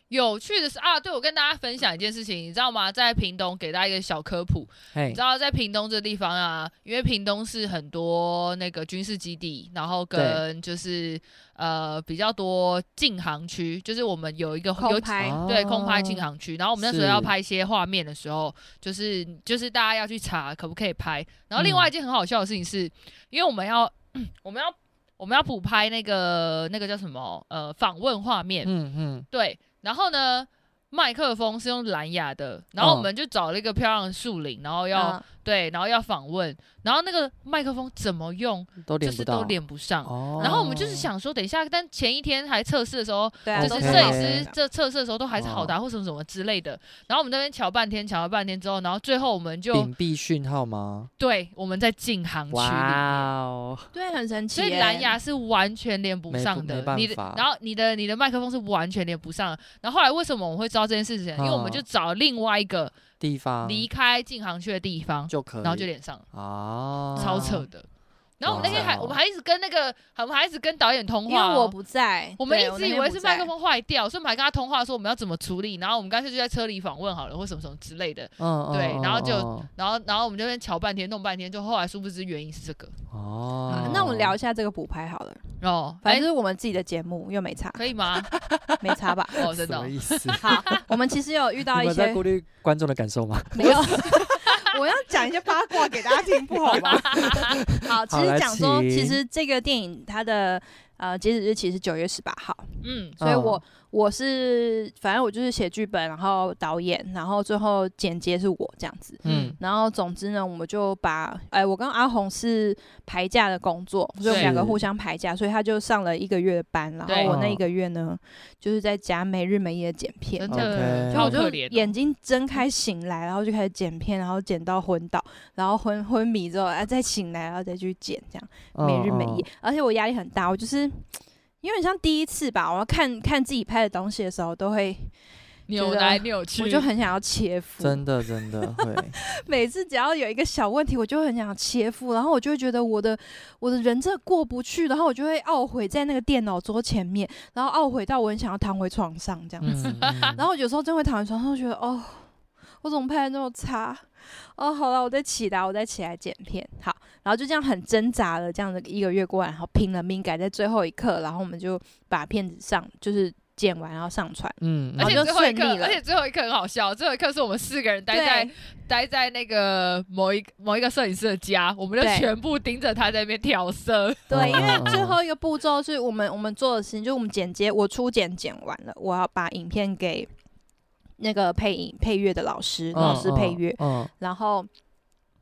C: 有趣的是啊，对我跟大家分享一件事情，你知道吗？在屏东给大家一个小科普，
B: 嘿
C: 你知，道在屏东这地方啊，因为屏东是很多那个军事基地，然后跟就是呃比较多禁航区，就是我们有一个
A: 空
C: 有
A: 拍，
C: 对空拍禁
B: 哦
C: 航区，然后我们那时候
B: 是
C: 要拍一些画面的时候，就是就是大家要去查可不可以拍。然后另
B: 嗯
C: 外一件很好笑的事情是，因为我们要 我们要我们要补拍那个那个叫什么呃访问画面，
B: 嗯嗯，
C: 对，然后呢。麦克风是用蓝牙的，
B: 嗯
C: 然后我们就找了一个漂亮的树林，然后要、
A: 嗯
C: 对，然后要访问，然后那个麦克风怎么用，
B: 都
C: 就
B: 连
C: 是
B: 不
C: 都
B: 到，
C: 连不上。
B: 哦。
C: 然后我们就是想说，等一下，但前一天还测试的时候，
A: 对啊，
B: OK
C: 就
A: 都
C: 是
A: 很
C: 摄
A: 好
C: 影
A: 的
C: 师这测试的时候都还是好的
B: 哦
C: 啊、或什么什么之类的。然后我们那边瞧半天，瞧了半天之后，然后最后我们就
B: 屏蔽讯号吗？
C: 对我们在禁航区里面。
B: 哇哦，
A: 对，很神奇
C: 所
A: 耶。
C: 以蓝牙是完全连不
B: 没
C: 上
B: 没
C: 的，
B: 办
C: 你的
B: 法，
C: 然后你的你的麦克风是完全连不上的。然后后来为什么我们会知道这件事情呢？因为我们
B: 嗯
C: 就找另外一个
B: 地方
C: 离开禁航区的地方，
B: 就可以，
C: 然后就连上了。
B: 啊，
C: 超扯的。然后我们那天还，
B: 哇
C: 我们还一直跟那个，我们还一直跟导演通
A: 因
C: 话、
A: 为
C: 哦，
A: 我不在，
C: 我们
A: 对
C: 一
A: 我
C: 直
A: 那
C: 以
A: 天
C: 为
A: 不
C: 是
A: 在
C: 麦克风坏掉，所以我们还跟他通话说我们要怎么处理，然后我们干脆就在车里访问好了，或什么什么之类的。
B: 嗯，嗯，
C: 对
B: 嗯
C: 然后就
B: 嗯
C: 然后，然后我们就在那边瞧半天，弄半天，就后来殊不知原因是这个
B: 哦
A: 啊，那我们聊一下这个补拍好了，
C: 哦，
A: 反
C: 哎
A: 正就是我们自己的节目，又没差，
C: 可以吗？
A: 没差吧？
C: 哦，真的
B: 什
C: 哦
B: 么，意思？
A: 好，我们其实有遇 到
B: 你
A: 一
B: 们在
A: 些
B: 顾虑观众的感受吗？
A: 没有， 我要讲一些八卦给大家听，不好 吗？好，其
B: 好
A: 实
B: 来
A: 讲说，
B: 请
A: 其实这个电影它的呃截止日期是九月十八号，
C: 嗯，
A: 所以
B: 嗯
A: 我我是反正我就是写剧本，然后导演，然后最后剪接是我这样子。
B: 嗯
C: 嗯，
A: 然后总之呢，我们就把，哎，我跟阿红是排假的工作，所以我们
C: 是
A: 两个互相排假，所以他就上了一个月的班，然后
C: 对嗯
A: 我那一个月呢，就是在家没日没夜剪片
C: 真。
B: OK
C: 的
A: 就我
C: 好
A: 就
C: 可怜哦，
A: 眼睛睁开醒来，然后就开始剪片，然后剪到昏倒，然后昏昏迷之后，啊再醒来，然后再去剪，这样
B: 哦
A: 没日没
B: 嗯
A: 夜。而且我压力很大，我就是因为像第一次吧，我要看看自己拍的东西的时候，都会
C: 扭来扭去，
A: 我就很想要切腹，
B: 真的真的会，
A: 每次只要有一个小问题，我就很想切腹，然后我就会觉得我的我的人真的过不去，然后我就会懊悔在那个电脑桌前面，然后懊悔到我很想要躺回床上这样子。
B: 嗯， 嗯
A: 然后有时候真会躺在床上，觉得哦，我怎么拍的那么差？哦，好了，我再起来，我再起来剪片。好，然后就这样很挣扎了，这样的一个月过来，然后拼了命改在最后一刻，然后我们就把片子上就是剪完，然后上传。
B: 嗯，
C: 而
A: 然后
C: 且
A: 就
C: 最后一
A: 顺利
C: 刻，
A: 了
C: 而且最后一刻很好笑，最后一刻是我们四个人待在
A: 对，
C: 待在那个某一某一个摄影师的家，我们就
A: 对
C: 全部盯着他在那边调色。
A: 对，因为
B: 嗯
A: 最后一个步骤是我们我们做的事情，就是我们剪接，我初剪剪完了，我要把影片给那个配音配乐的老师，老师配乐，
B: 嗯，
A: 然后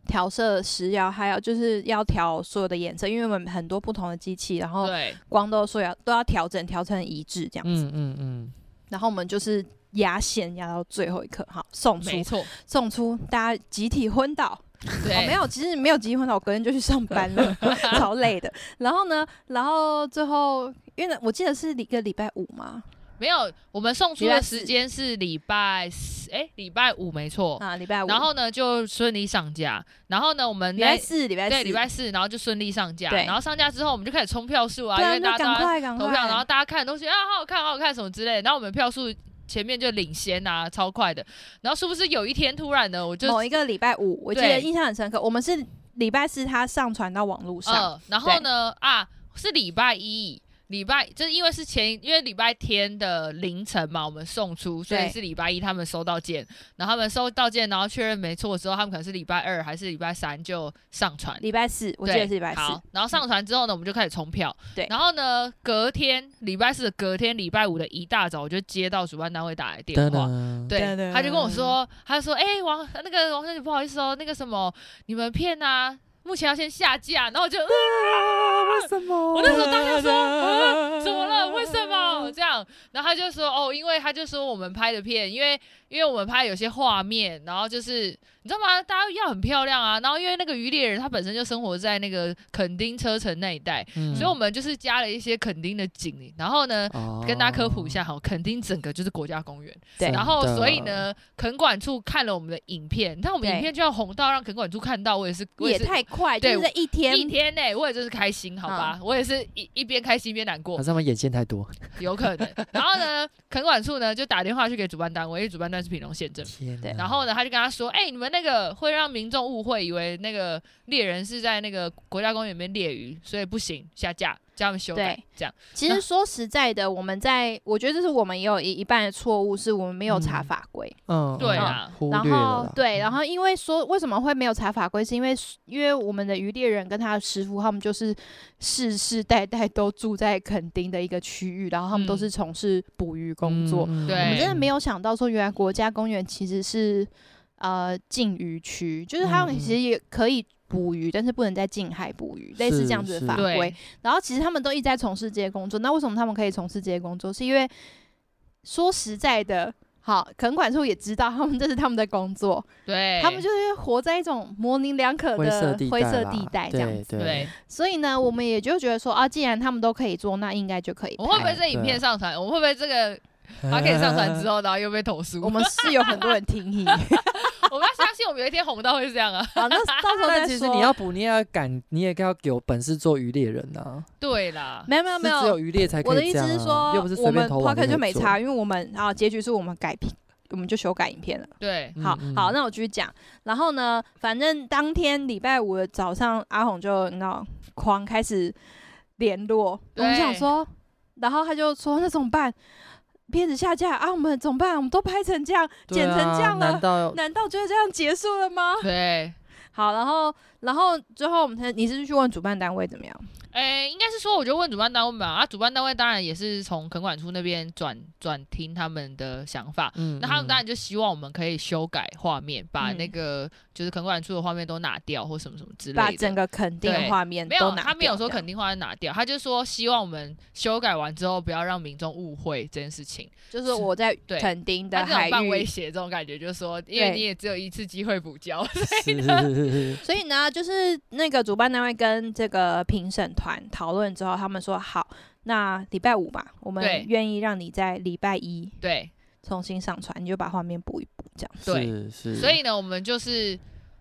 A: 调色时要还有就是要调所有的颜色，因为我们很多不同的机器，然后
C: 对，
A: 光都说要都要调整调成一致这样子。
B: 嗯嗯嗯嗯，
A: 然后我们就是压线压到最后一刻，好送出
C: 没错，
A: 送出，大家集体昏倒。
C: 对，
A: 哦，没有，其实没有集体昏倒，我隔天就去上班 了，超累的。然后呢，然后最后因为呢我记得是一个礼拜五嘛，
C: 没有，我们送出
A: 礼拜
C: 的
A: 四
C: 时间是礼拜四，哎，礼拜五没错。
A: 啊，礼拜五，
C: 哦然后呢，就顺利上架。然后呢，我们
A: 礼
C: 那
A: 拜四，礼拜四，
C: 对礼拜四，然后就顺利上架。
A: 对
C: 然后上架之后，我们就开始冲票数啊，
A: 对
C: 因
A: 啊，
C: 为
A: 那
C: 大家
A: 赶
C: 都在
A: 快赶
C: 投
A: 快，
C: 票，然后大家看都觉得啊好好看，好好看什么之类的。然后我们票数前面就领先啊，超快的。然后是不是有一天突然呢，我就
A: 某一个礼拜五，我记
C: 对
A: 得印象很深刻，我们是礼拜四他上传到网络上，
C: 呃，然后呢啊，是礼拜一，礼拜就是因为是前因为礼拜天的凌晨嘛，我们送出，所以
A: 对
C: 是礼拜一他们收到件，然后他们收到件，然后确认没错之后，他们可能是礼拜二还是礼拜三就上传。
A: 礼拜四，我记
C: 对
A: 得是礼拜四，嗯
C: 好，然后上传之后呢，我们就开始冲票。
A: 对
C: 然后呢，隔天礼拜四的隔天礼拜五的一大早，我就接到主办单位打来电
B: 噔
C: 话，
B: 噔，
A: 对
C: 对
A: 对，
C: 他就跟我说，他就说，哎、王那个王小姐不好意思哦，那个什么，你们骗啊，目前要先下架，然后我就，呃
B: 啊为什么
C: 我那时候当下说啊怎么了？为什么这样？然后他就说哦，因为他就说我们拍的片，因为因为我们拍有些画面，然后就是你知道吗？大家要很漂亮啊。然后因为那个渔猎人他本身就生活在那个垦丁车城那一带，
B: 嗯
C: 所以我们就是加了一些垦丁的景。然后呢，跟大家科普
B: 哦
C: 一，下好，垦丁整个就是国家公园。
A: 对
C: 然后
B: 真的
C: 所以呢，垦管处看了我们的影片，但我们
A: 对
C: 影片就要红到让垦管处看到，我也是，我
A: 也
C: 也是
A: 太快，就
C: 对
A: 是在一天
C: 一天内、我也就是开心，好吧，
A: 嗯
C: 我也是一一边开心一边难过
B: 还，是他们眼线太多，
C: 有可能。然后呢，垦管处呢就打电话去给主办单位，因为主办单位是屏东县政府。
B: 天
A: 对
B: 哪，
C: 然后呢，他就跟他说：“哎、你们那个会让民众误会，以为那个猎人是在那个国家公园里面猎鱼，所以不行，下架，叫他们修改
A: 对。
C: 这样
A: 其实说实在的，我们在我觉得这是我们也有一一半的错误，是我们没有查
B: 嗯
A: 法规。
B: 嗯，
C: 对
B: 啊
C: 啊，
B: 忽
A: 然
B: 略了
A: 后
B: 啦
A: 对，然
B: 嗯
A: 后因为说为什么会没有查法规，是因为因为我们的渔猎人跟他的师傅，他们就是世世代代都住在垦丁的一个区域，然后他们都
C: 嗯
A: 是从事捕鱼工作。
B: 嗯
C: 对
A: 我们真的没
B: 有，
A: 有想到说，原来国家公园其实是呃禁渔区，就是他们
B: 嗯嗯
A: 其实也可以捕鱼，但是不能在近海捕鱼，类似
B: 是
A: 这样子的
B: 是
A: 法规
C: 对。，
A: 然后其实他们都一直在从事这些工作。那为什么他们可以从事这些工作？是因为说实在的，好，垦管处也知道他们 这是他们的工作，
C: 对，
A: 他们就是活在一种模棱两可
B: 灰色
A: 的
B: 地
A: 灰色
B: 啦
A: 地带这样子。
B: 对
C: 对。
A: 所以呢，我们也就觉得说啊，既然他们都可以做，那应该就可以
C: 我会不
A: 拍。
C: 会这影片上传？我会不会 这个 p o
B: 他
C: c a 上传之后，然后又被投诉？
A: 我们是有很多人听你，
C: 我们要相信我们有一天红到会是这样啊！
A: 好，那到时候再
B: 但其实
A: 说。
B: 你要捕，你也要敢，你也要有本事做渔猎人呐。
C: 对啦，
A: 没有没有没
B: 是只
A: 有，
B: 有渔猎才可以
A: 我的意
B: 这
A: 思
B: 样
A: 是
B: 啊
A: 说
B: 又不是，
A: 我
B: 随便
A: 们
B: 投网
A: podcast
B: 就可
A: 就
B: 以
A: 没
B: 做
A: 查，因为我们啊结局是我们改评，我们就修改影片了。
C: 对，
A: 好
B: 嗯嗯
A: 好，那我继续讲。然后呢，反正当天礼拜五的早上，阿红就你知道狂开始联络，我
C: 对
A: 们想说，然后他就说那怎么办？片子下架啊，我们怎么办？我们都拍成这样，
B: 对
A: 剪成
B: 啊
A: 这样了
B: 难道
A: 难道就这样结束了吗？
C: 对，
A: 好，然后然后最后我们才你是去问主办单位怎么样？
C: 诶，应该是说，我就问主办单位嘛，啊，主办单位当然也是从垦管处那边转转听他们的想法。
B: 嗯
C: 那他们
B: 嗯
C: 当然就希望我们可以修改画面，把
A: 嗯
C: 那个就是垦管处的画面都拿掉，或什么什么之类
A: 把
C: 的。
A: 整个肯定的
C: 对
A: 画面
C: 没
A: 都
C: 有，
A: 拿
C: 他没有
A: 掉
C: 说
A: 这样
C: 肯定画面拿掉，他就说希望我们修改完之后不要让民众误会这件事情。
A: 就是我在
C: 对
A: 垦丁
C: 他
A: 的
C: 这种
A: 海
C: 半威
A: 域，
C: 胁这种感觉，就是说，因为
A: 对
C: 你也只有一次机会补交，
B: 是是是是是
A: 所以呢，就是那个主办单位跟这个评审团讨论之后，他们说好，那礼拜五吧，我们
C: 对
A: 愿意让你在礼拜一
C: 对
A: 重新上传，你就把画面补一补，这样。
B: 是
C: 对，
B: 是，
C: 所以呢，我们就是，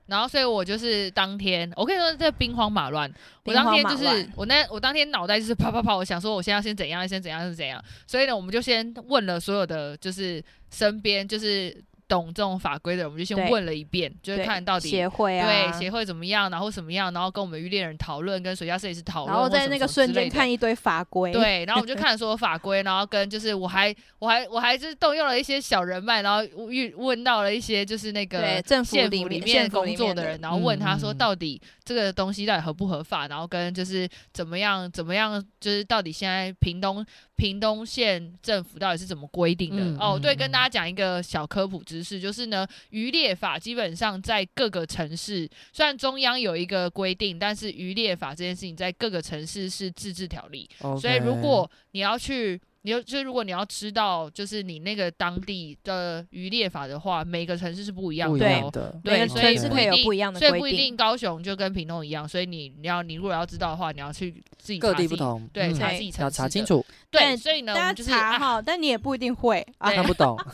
C: 然后所以我就是当天，我跟你说这兵荒马乱，我
A: 兵
C: 当
A: 荒
C: 天
A: 马
C: 就是
A: 乱
C: 我那我当天脑袋就是啪啪啪，我想说我现在要先怎样，先怎样，先怎样，所以呢，我们就先问了所有的就是身边就是懂这种法规的人，我们就先
A: 对
C: 问了一遍，就是
A: 对
C: 看到底。
A: 协会啊，
C: 对协会怎么样，然后什么样，然后跟我们渔猎人讨论，跟水下摄影师讨论，
A: 然后
C: 或
A: 在
C: 什
A: 那
C: 么什
A: 个
C: 么之
A: 瞬
C: 类
A: 间
C: 的
A: 看一堆法规，
C: 对，然后我们就看了所有法规，然后跟就是我还我还我还就是动用了一些小人脉，然后遇问到了一些就是那
A: 对
C: 个
A: 政府
C: 县
A: 里
C: 府里
A: 县
C: 面
A: 府
C: 工
A: 里
C: 作
A: 面
C: 的
A: 的
C: 人，然后问他
B: 嗯
C: 说
B: 嗯嗯
C: 到底这个东西到底合不合法，然后跟就是怎么样怎么样，就是到底现在屏东屏东县政府到底是怎么规定的？
B: 嗯
C: 哦，
B: 嗯
C: 对，
B: 嗯
C: 跟大家讲一个小科普知识，就是呢，渔猎法基本上在各个城市，虽然中央有一个规定，但是渔猎法这件事情在各个城市是自治条例。所以如
B: OK
C: 果你要去你就就是如果你要知道，就是你那个当地的渔猎法的话，每个城市是不一样
B: 不一
C: 的、
B: 样
C: 哦。
B: 的，
C: 对
A: 每个
C: 所
A: 城
C: 以
A: 市
C: 不
A: 会
C: 一
A: 有
C: 定
A: 不一样的
C: 所以不
A: 规
C: 一
A: 定。
C: 定高雄就跟屏东一样，所以你你要你如果要知道的话，你要去自己
B: 各
C: 查
B: 地
C: 自
B: 不
C: 己，
B: 同，
C: 对，
B: 嗯
C: 查
A: 对
C: 自己
B: 要
C: 城市
B: 查清
C: 的。
B: 楚，
C: 对，
A: 但
C: 所以呢，我
A: 大
C: 们
A: 家
C: 就是
A: 查
C: 啊
A: 哈，但你也不一定 会啊。
C: 对
B: 看 不懂，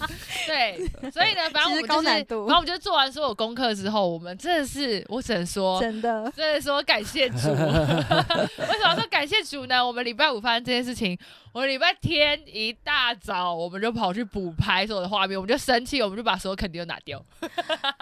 C: 对，所以呢，反正我们
A: 高
C: 就是，
A: 难
C: 反
A: 度
C: 正我们就做完所有功课之后，我们真的是，我只能说，
A: 真的，
C: 真的说感谢主。 为什么说感谢主呢？我们礼拜五发生这件事情，我们礼拜天一大早我们就跑去补拍所有的画面，我们就生气，我们就把所有肯定都拿掉。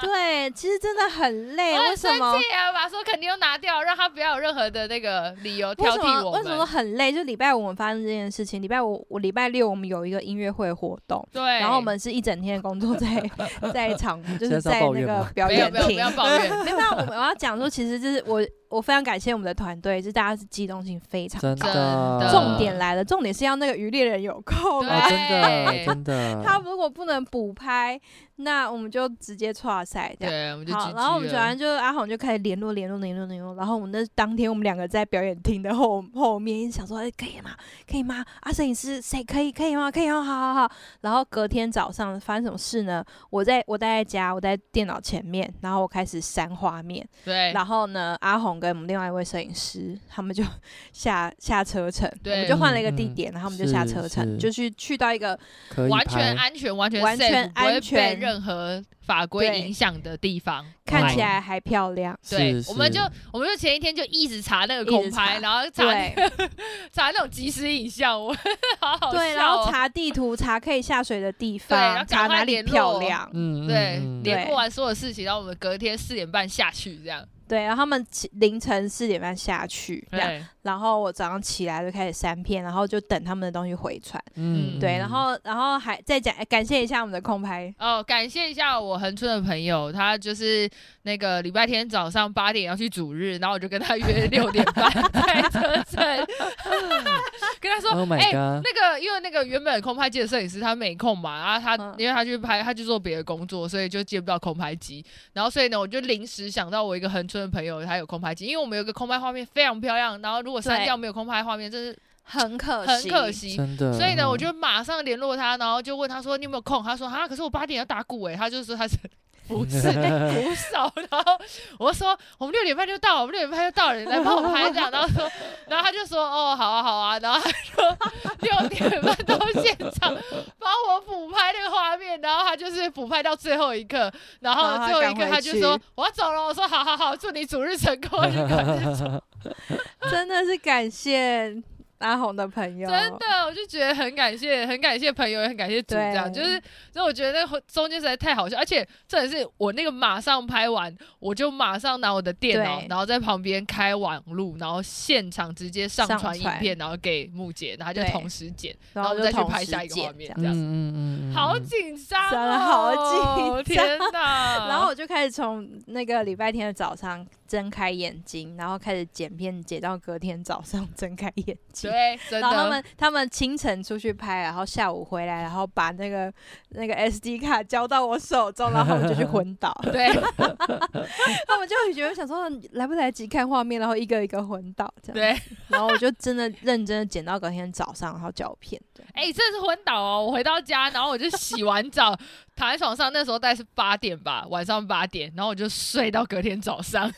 A: 对，其实真的很累。
C: 我
A: 为
C: 很
A: 什
C: 生
A: 么？
C: 气 啊，把所有肯定都拿掉，让他不要有任何的那个理由
A: 为
C: 挑
A: 什
C: 剔
A: 么
C: 我
A: 为什么
C: 们。
A: 很累？就礼拜五我们发生这件事情，礼拜五我礼拜六我们有一个音乐会活动，
C: 对，
A: 然后我们是一整天的工作 在在场，就
B: 现在
A: 是
B: 是要
A: 在
B: 抱
A: 那
B: 怨
A: 个
B: 吗
A: 表
C: 没有
A: 演
C: 没有不
A: 厅。
C: 要抱怨，
A: 没有，我们我要讲说，其实就是我我非常感谢我们的团队，就是大家是机动性非常
B: 真
A: 高。
B: 的，
A: 重点来了，重点是要那个渔猎人有空
C: 对
A: 啊。
B: 哦，真
C: 对
B: 的真 的，
A: 他如果不能补拍，那我们就直接错赛这样。
C: 对，我们就
A: 好，
C: GG
A: 然后我们
C: 了
A: 转完就阿红就开始联络联络联络联络，然后我们那当天我们两个在表演厅的后后面，一直想说，哎、可以吗？可以吗？啊，摄影师谁可以可以吗？可以哦，好好好。然后隔天早上发生什么事呢？我在我待在家，我在电脑前面，然后我开始删画面，
C: 对
A: 然后呢，阿红跟我们另外一位摄影师，他们就 下下车程，我
C: 对
A: 们就换了一个地
B: 嗯嗯
A: 点，然后我们就下
B: 是
A: 车程，
B: 是
A: 就去去到一个
B: 可以
C: 完全
B: 拍
C: 安全、完全
A: 完
C: safe，
A: 全
C: 不会
A: 安
C: 被
A: 全
C: 任何法规
A: 对
C: 影响的地方。
A: 看起
B: 哦
A: 来还漂亮，
C: 对，
B: 是
C: 我们
B: 是
C: 就我们就前一天就一直查那个
A: 一直
C: 空拍，
A: 查
C: 然后查
A: 对。
C: 查那种即时影像，我 好好笑哦、
A: 对，然后查地图，查可以下水的地
C: 对然后
A: 方，
C: 赶
A: 查
C: 快
A: 哪里
C: 联络
A: 漂亮。
B: 嗯，嗯
C: 对
B: 嗯
A: 对
C: 联络完所有事情，然后我们隔天四点半下去这样。
A: 对，然后他们起凌晨四点半下去，这样，
C: 对，
A: 然后我早上起来就开始删片，然后就等他们的东西回传。
B: 嗯
A: 对，然后然后还再讲感谢一下我们的空拍，
C: 哦，感谢一下我恒春的朋友，他就是那个礼拜天早上八点要去主日，然后我就跟他约六点 半在车站，跟他说，
B: ，Oh
C: 哎
B: my god，
C: 那个，因为那个原本空拍机的摄影师他没空嘛，然后他、
A: 嗯
C: 因为他去拍，他去做别的工作，所以就接不到空拍机。然后所以呢，我就临时想到我一个恒春的朋友，他有空拍机，因为我们有个空拍画面非常漂亮，然后如果删
A: 对
C: 掉没有空拍画面，真是
A: 很可
C: 很
A: 惜，
C: 可。惜。
B: 真的，
C: 所以呢，我就
B: 嗯
C: 马上联络他，然后就问他说：“你有没有空？”他说：“啊，可是我八点要打鼓诶、他就说 他是不是在鼓手，然后我就说：“我们六点半就到，我们六点半就到了，你来帮我拍这样。”然后说，然后他就说：“哦，好啊，好啊。”然后他说六点半到现场帮我补拍那个画面，然后他就是补拍到最后一刻，然
A: 然后
C: 后
A: 他
C: 最后一
A: 啊赶
C: 刻
A: 回
C: 他就
A: 去
C: 说：“我要走了。”我说：“好好好，祝你主日成功。” 我就赶快走
A: 真的是感谢阿红的朋友，
C: 真的，我就觉得很感谢，很感谢朋友，也很感谢主，这样
A: 对
C: 就是，所以我觉得那中间实在太好笑，而且这也是我那个马上拍完，我就马上拿我的电脑
A: 对，
C: 然后在旁边开网路，然后现场直接上
A: 上
C: 传影
A: 传
C: 片，然后给木姐，然后就
A: 对
C: 同时剪，
A: 然
C: 后
A: 后
C: 我
A: 就
C: 们再去
A: 同
C: 拍
A: 时
C: 下一个画
A: 见
C: 面
A: 这，
C: 这
A: 样。
C: 样，
B: 嗯嗯嗯，
C: 好
B: 紧，
C: 紧张、哦，
A: 真的好紧张
C: 天哪！
A: 然后我就开始从那个礼拜天的早上睁开眼睛，然后开始剪片，剪到隔天早上 睁开眼睛。
C: 对，真
A: 然后他
C: 的。
A: 们他们清晨出去拍，然后下午回来，然后把那个那个 SD 卡交到我手中，然后我就去昏 倒。
C: 对，
A: 他们就会觉得想说嗯来不来得及看画面，然后一个一个昏倒这样。
C: 对，
A: 然后我就真的认真的剪到隔天早上，然后胶片。对，
C: 哎、真的是昏倒哦！我回到家，然后我就洗完澡，躺在床上，那时候大概是八点吧，晚上八点，然后我就睡到隔天早上，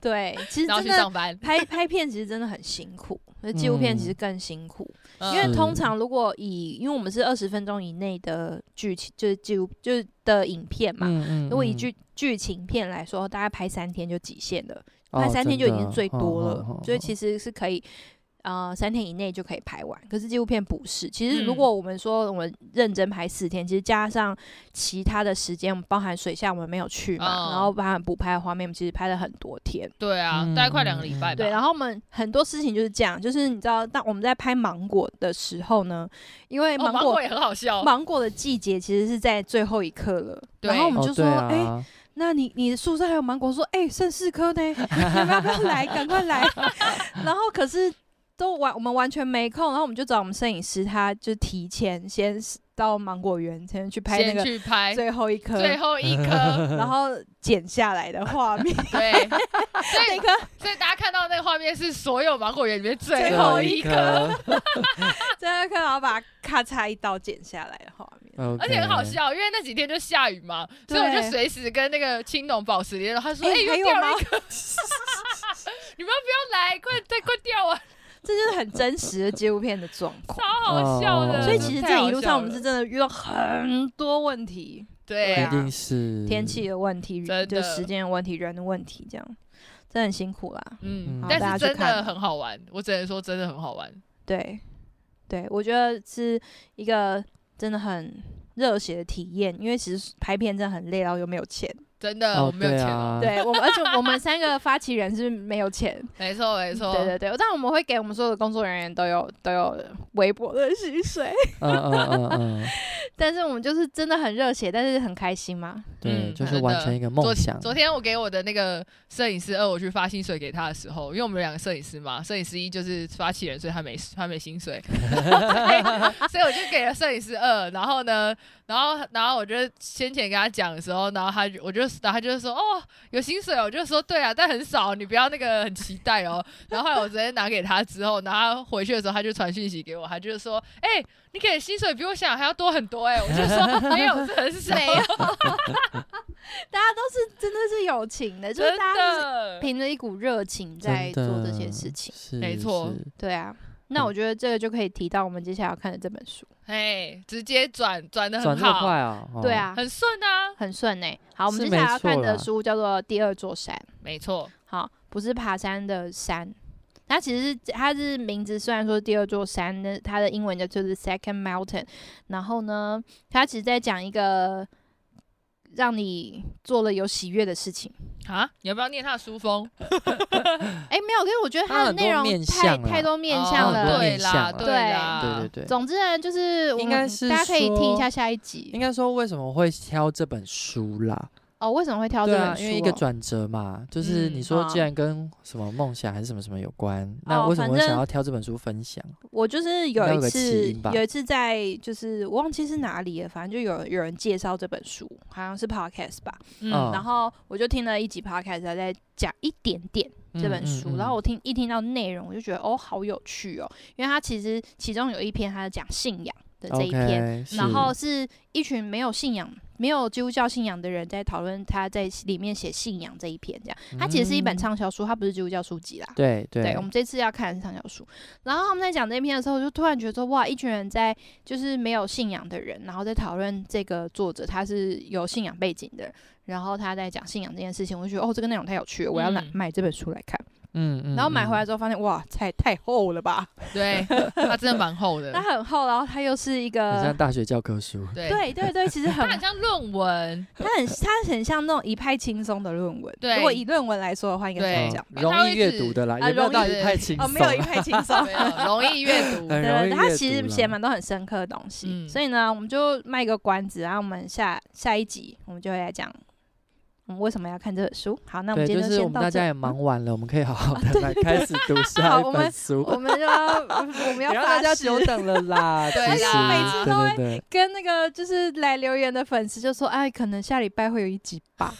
A: 对，其实
C: 然后
A: 真
C: 去
A: 的
C: 上班。
A: 拍拍片其实真的很辛苦，那纪录片其实更辛苦，
C: 嗯
A: 因为
B: 是
A: 通常如果以因为我们是二十分钟以内的剧情，就是记录就是的影片嘛。
B: 嗯嗯，
A: 如果以
B: 嗯
A: 剧剧情片来说，大概拍三天就极限了。
B: 哦
A: 拍三天就已
B: 真
A: 经
B: 的
A: 最
B: 哦
A: 多了，
B: 哦哦
A: 所以
B: 哦
A: 其实是可以，呃，三天以内就可以拍完。可是纪录片不是，其实如
C: 嗯
A: 果我们说我们认真拍四天，其实加上其他的时间，我们包含水下我们没有去嘛，
C: 哦
A: 然后包含补拍的画面，我们其实拍了很多天。
C: 对啊，
B: 嗯
C: 大概快两个礼拜吧。
A: 对，然后我们很多事情就是这样，就是你知道，当我们在拍芒果的时候呢，因为
C: 哦，
A: 芒
C: 芒
A: 果、
C: 果也很好笑。
A: 芒果的季节其实是在最后一刻了，
C: 对
A: 然后我们
B: 哦
A: 就说，
B: 对
A: 哎、
B: 啊
A: 那你你的树上还 有芒果，说哎、剩四颗呢，你们要不要来？赶快来！然后可是都完我们完全没空，然后我们就找我们摄影师，他就提前先到芒果园先去拍那
C: 先
A: 个
C: 去拍
A: 最后一颗，
C: 最后一 颗，
A: 然后剪下来的画 面，
C: 对，所
A: 那
C: 以
A: 颗
C: 所以大家看到那个画面是所有芒果园里面最
A: 最
C: 后
A: 后
C: 一
A: 一
C: 颗，
A: 最后一颗，然后把它咔嚓一刀剪下来的画面。
B: o
C: 而且很好。笑，因为那几天就下雨嘛，所以我就
A: 对
C: 随时跟那个青龙保持联络。他说：“哎、
A: 哎
C: 又
A: 还有
C: 掉了
A: 吗
C: 一颗，你们不要来，快再快掉啊！
A: 这就是很真实的纪录片的状 况。
C: 超好笑的。
B: 哦
A: 所以其实这一路上我们
C: 真
A: 是
C: 的
A: 真的遇到很多问题，
C: 太好笑了对
B: 一
C: 啊，
B: 定是
A: 天气的问题，
C: 真的
A: 就时间的问题，人的问题，这样真的很辛苦啦。
C: 嗯
B: 嗯，
A: 好
C: 但
A: 大家
C: 是
A: 去
C: 真的
A: 看
C: 很好玩，我只能说真的很好玩。
A: 对，对我觉得是一个真的很热血的体验，因为其实拍片真的很累，然后又没有钱。
C: 真的，我
B: 哦，
C: 没有
B: 对
C: 钱哦，
B: 啊，
A: 对我们，而且我们三个发起人是没有 钱，
C: 没错没错，
A: 对对对，但我们会给我们所有的工作人员都有都有微薄的薪水，
B: 嗯嗯嗯嗯，
A: 但是我们就是真的很热血，但是很开心嘛。
B: 对，
C: 嗯
B: 就是完成一个梦想。
C: 昨天我给我的那个摄影师二，我去发薪水给他的时候，因为我们两个摄影师嘛，摄影师一就是发起人，所以他没他没薪水， 所以我就给了摄影师二。然后呢，然后然后我就先前跟他讲的时候，然后他就我就然后他就说哦有薪水哦，我就说对啊，但很少，你不要那个很期待哦。然后后来我直接拿给他之后，然后他回去的时候他就传讯息给我，他就说哎、你给的薪水比我想还要多很多哎、我就说没有，这 很少，
A: 没有，大家都是真的是友情的，就是
C: 真
A: 大家就是
C: 的。
A: 凭着一股热情在做这些事情。
B: 情
C: 没错
A: 对啊，那我觉得这个就可以提到我们接下来要看的这本书。
C: 嘿，直接转转的
B: 转
C: 很
B: 这么
C: 好，
B: 快啊？哦
A: 对， 啊，
C: 很顺啊，
A: 很顺哎、好，我们
B: 是
A: 接下来
B: 没
A: 要
B: 错
A: 看的
B: 啦
A: 书叫做《第二座山》。
C: 没错，
A: 好，不是爬山的山，它其实是它是名字，虽然说第二座山，那它的英文叫就是 Second Mountain。然后呢，它其实在讲一个让你做了有喜悦的事情。
C: 啊，你要不要念他的书风？
A: 哎、没有，因为我觉得
B: 它
A: 它的
B: 很多
A: 内容
B: 面
A: 太
B: 向啦啊
A: 太多面
C: 哦
A: 向
B: 很多
A: 了。
C: 对
B: 面向
C: 啦，
B: 啊
C: 对
A: 对
C: 啦，
B: 对对对。
A: 总之呢，就是我
B: 应该
A: 们
B: 是
A: 大家可以听一
B: 说
A: 下下一
B: 应
A: 集
B: 该说为什么会挑这本书啦？
A: 哦。为什么会挑这
B: 对
A: 本书哦、
B: 啊，因为一个转折嘛，就是
C: 嗯
B: 你说
A: 啊
B: 既然跟什么梦想还是什么什么有关，那
A: 哦
B: 为什么
A: 反
B: 会想
A: 正
B: 要挑这本书分享？
A: 我就是有
B: 该有
A: 一
B: 个
A: 次
B: 起因吧
A: 有一次在就是我忘记是哪里了，反正就有有人介绍这本书，好像是 podcast 吧，
C: 嗯
B: 嗯
A: 然后我就听了一集 podcast，他在讲一点点这
B: 嗯
A: 本书，然后我听一听到内容，我就觉得哦好有趣哦，因为它其实其中有一篇它是讲信仰的这一篇。
B: o k
A: 然后是一群没有信仰、没有基督教信仰的人在讨论他在里面写信仰这一篇，这样。它其实是一本畅销书，它不是基督教书籍啦。
B: 对
A: 嗯对，我们这次要看的是畅销书。然后他们在讲这一篇的时候，我就突然觉得说，哇，一群人在就是没有信仰的人，然后在讨论这个作者他是有信仰背景的，然后他在讲信仰这件事情，我就觉得哦，这个内容太有趣了，我要买
C: 嗯
A: 买这本书来看。
B: 嗯嗯
A: 然后买回来之后发现，哇，太太厚了吧？
C: 对，他真的蛮厚的
A: 它，很厚， 然后它又是一
B: 很像
A: 个。
B: 大学教科书，
C: 对，
A: 对对对，其实很
C: 他，很像 论文，
A: 它很，它很像那种一派轻松的论文。
C: 对
A: 如果以论文来说的话，应该
C: 对
A: 是这样。
B: 哦容易阅读的啦，
A: 它会一
B: 也
A: 直
B: 没有到
C: 啊容易
B: 底太轻松，
A: 哦，没有一派轻松，
C: 没有容易阅读，
B: 很容
A: 对，
B: 易阅
A: 他其
B: 读
A: 实
B: 啦
A: 写蛮多很深刻的东西，
C: 嗯
A: 所以呢，我们就卖个关子，然后我们下下一集我们就会来讲我们为什么要看这本书。好，那我们
B: 对，
A: 今
B: 就
A: 天
B: 是
A: 先
B: 我们
A: 到
B: 大
A: 这
B: 家
A: 里。
B: 也忙完了，我们可以 好好的来开始读
A: 好
B: 下
A: 我
B: 一
A: 们
B: 本书。
A: 我们就要我们要
B: 不让
A: 发
B: 大家
A: 誓
B: 久等了 啦，
C: 对
B: 其实
C: 啦每次
A: 都会
B: 对对
A: 跟那个就是来留言的粉丝就说，哎，可能下礼拜会有一集 吧。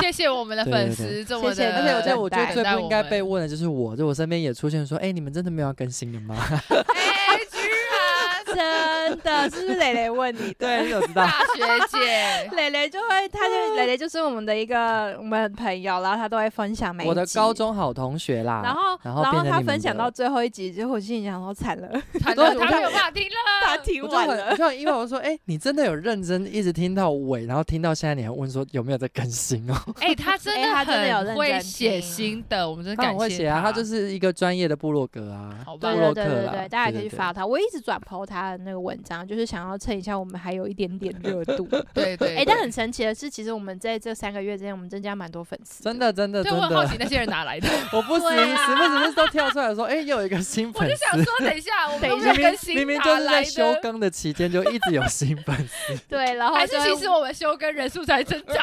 C: 谢谢我们的粉丝
B: 对
C: 这么
A: 谢谢
C: 的，
A: 而且
B: 对。而且我觉得
A: 等
B: 最
C: 待
B: 不
C: 我
B: 应该
C: 们
B: 被问的就是我，就我身边也出现说，哎，你们真的没有要更新的吗？
C: 哎，居然
A: 真的是不是蕾蕾问你的？
B: 对，你有
A: ，
B: 知道？
C: 哎大学姐
A: 蕾蕾就会，她就蕾蕾就是我们的一个我们朋友，然后她都会分享每一
B: 我的
A: 集
B: 高，中好同学啦，
A: 然后
B: 然后变成
A: 她
B: 你们
A: 分享
B: 的
A: 到最后一集，就我心里想说惨 了，
C: 他
B: 对
C: 他没有办法听
A: 她
C: 了，
A: 听
B: 我就
A: 完
B: 很
A: 了
B: 我。就很意外，我说，哎、你真的有认真一直听到尾，然后听到现在，你还问说有没有在更新哦？
C: 哎，他真
A: 哎
C: 的
A: 他真的有认真
C: 很会
A: 听
C: 写新的，我们真
B: 啊
C: 的
B: 他
C: 感
B: 很会
C: 谢
B: 写啊，他就是是一个专业的部落格啊，
C: 好
B: 部
C: 吧
A: 对对
B: 落
A: 对
B: 客
A: 对
B: 啦，
A: 对，大家可以去
B: 对
A: 发。他。我一直转抛他的那个文章，就是想要蹭一下我们还有一点点热 度。
C: 对对，
A: 哎、
C: 对
A: 但很神奇的是，其实我们在这三个月之间，我们增加蛮多粉丝。
B: 真，的，真的，
C: 对
B: 真
C: 我很好
B: 的，
C: 奇那些人哪来的。
B: 我不时
A: 对啊
B: 时不时都跳出来说，哎、又有一个新
C: 我
B: 粉
C: 就想
B: 丝，
C: 说，等 一下，我们
A: 等
C: 都
A: 一下
B: 明明
C: 没有更新，
B: 明明
C: 哪
B: 就是
C: 来
B: 在
C: 的
B: 休更哦的期间就一直有新 粉丝，啊
A: 对，然后
C: 还是
A: 就会
C: 其实我们休更人数才增长？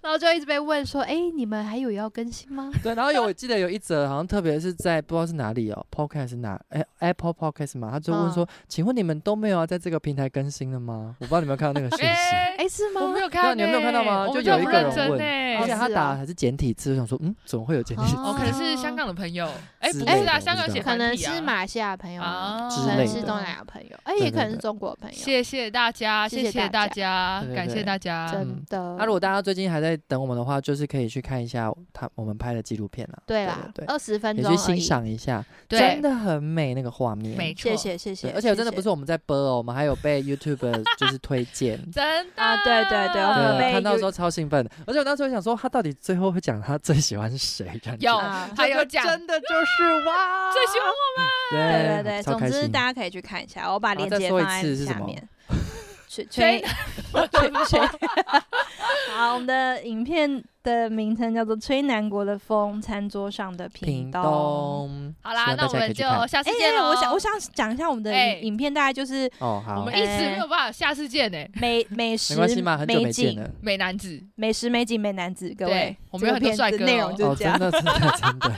A: 然后就一直被问说，哎、你们还有要更新吗？
B: 对，然后有我记得有一则好像特别是在不知道是哪里哦，Podcast 是哪哎 Apple Podcast 嘛，他就问说，
C: 嗯
B: 请问你们都没有要在这个平台更新了吗？我不知道你有没有看到那个讯息。
C: 哎、
A: 哎、是吗
C: 我？没有
B: 对啊
C: 看、欸，
B: 你有没有看到吗就
C: 我们
B: 有
C: 很
B: 一个
C: 认
B: 人
C: 真
B: 问
C: 欸
B: 而且他打
A: 哦
B: 还是简体字，我想说，嗯，怎么会有简体字？
A: 哦
C: 哦，可能是香港的朋友，哎、
B: 之
C: 不
A: 类
C: 是
A: 的
C: 啊，
B: 我
C: 香港
B: 知
C: 写
B: 道
C: 繁
A: 可能
C: 体啊
A: 是马来西亚朋友，
C: 啊
B: 之
A: 可能
B: 类
A: 是
B: 的
A: 东南亚朋友，哎、
B: 哦对
A: 也可
B: 对
A: 能是
B: 对
A: 中国朋友，
C: 谢谢大家，
A: 谢谢
C: 谢
A: 大
C: 大家
B: 对对
C: 感谢
B: 对
C: 大家。
B: 嗯
A: 真的。
B: 那、如果大家最近还在等我们的话，就是可以去看一下他我们拍的纪录片啦，
A: 对啦
B: 对，对，
A: 二十分
B: 也
A: 钟
B: 去
A: 而
B: 欣
A: 已。
B: 赏一下，
C: 对
B: 真的很美那个画面。
C: 没错，
A: 谢谢谢谢，
B: 对，而且真的
A: 谢
B: 不
A: 谢
B: 是我们在播哦，我们还有 被 YouTube 就是推荐。
C: 真的
A: 啊对对对我们
B: 对，
A: 被
B: 看到的时
A: you-
B: 候超兴奋的，而且我那时候想说，他到底最后会讲他最喜欢谁？这样子
C: 有
A: 啊
C: 还有讲
B: 真的就是哇，
C: 最喜欢
A: 对对
B: 哦对
A: 对，
B: 超
A: 总
B: 开
A: 之
B: 心
A: 大家可以去看一下，我把
B: 然
A: 链
B: 后再
A: 接
B: 说一
A: 放在
B: 次是什
A: 下
B: 么
A: 面。吹
C: 吹
A: 吹吹吹，好，我们的影片的名称叫做《吹南国的风：餐桌上的
B: 屏
A: 屏东》。
B: 东。
C: 好
B: 希
C: 啦，
B: 望
C: 那
B: 大
C: 我
B: 家可
C: 们
B: 以去
C: 就
B: 看
C: 下次
A: 哎、
C: 见
A: 哎
C: 喽。
A: 我想我想讲一下我们的
C: 哎
A: 影影片，大概就是
B: 哦，好，
C: 我们
B: 没
C: 一直没有办法下次见呢，
A: 美美食、
B: 关系嘛，很久
A: 美
B: 没见
A: 景、
B: 了。
C: 美男子。
A: 美食、美景、美男子，各位
C: 对，我们有很多
A: 这
C: 帅
A: 个
C: 哥
A: 片子内容
C: 哦
A: 就
B: 哦，
A: 是这
B: 真
A: 样。
B: 的，真的，真 的，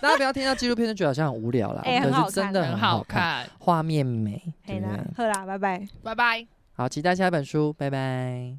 B: 大家不要听到纪录片就觉得好像很无聊啦，
A: 哎
B: 可
A: 很好
B: 是真
A: 看
B: 的
C: 很
B: 好
C: 好，看，
B: 画面美，
A: 嘿
B: 对不
A: 啦
B: 对？
A: 好啦，拜拜。
C: 拜拜。
B: 好，期待下一本书，拜拜。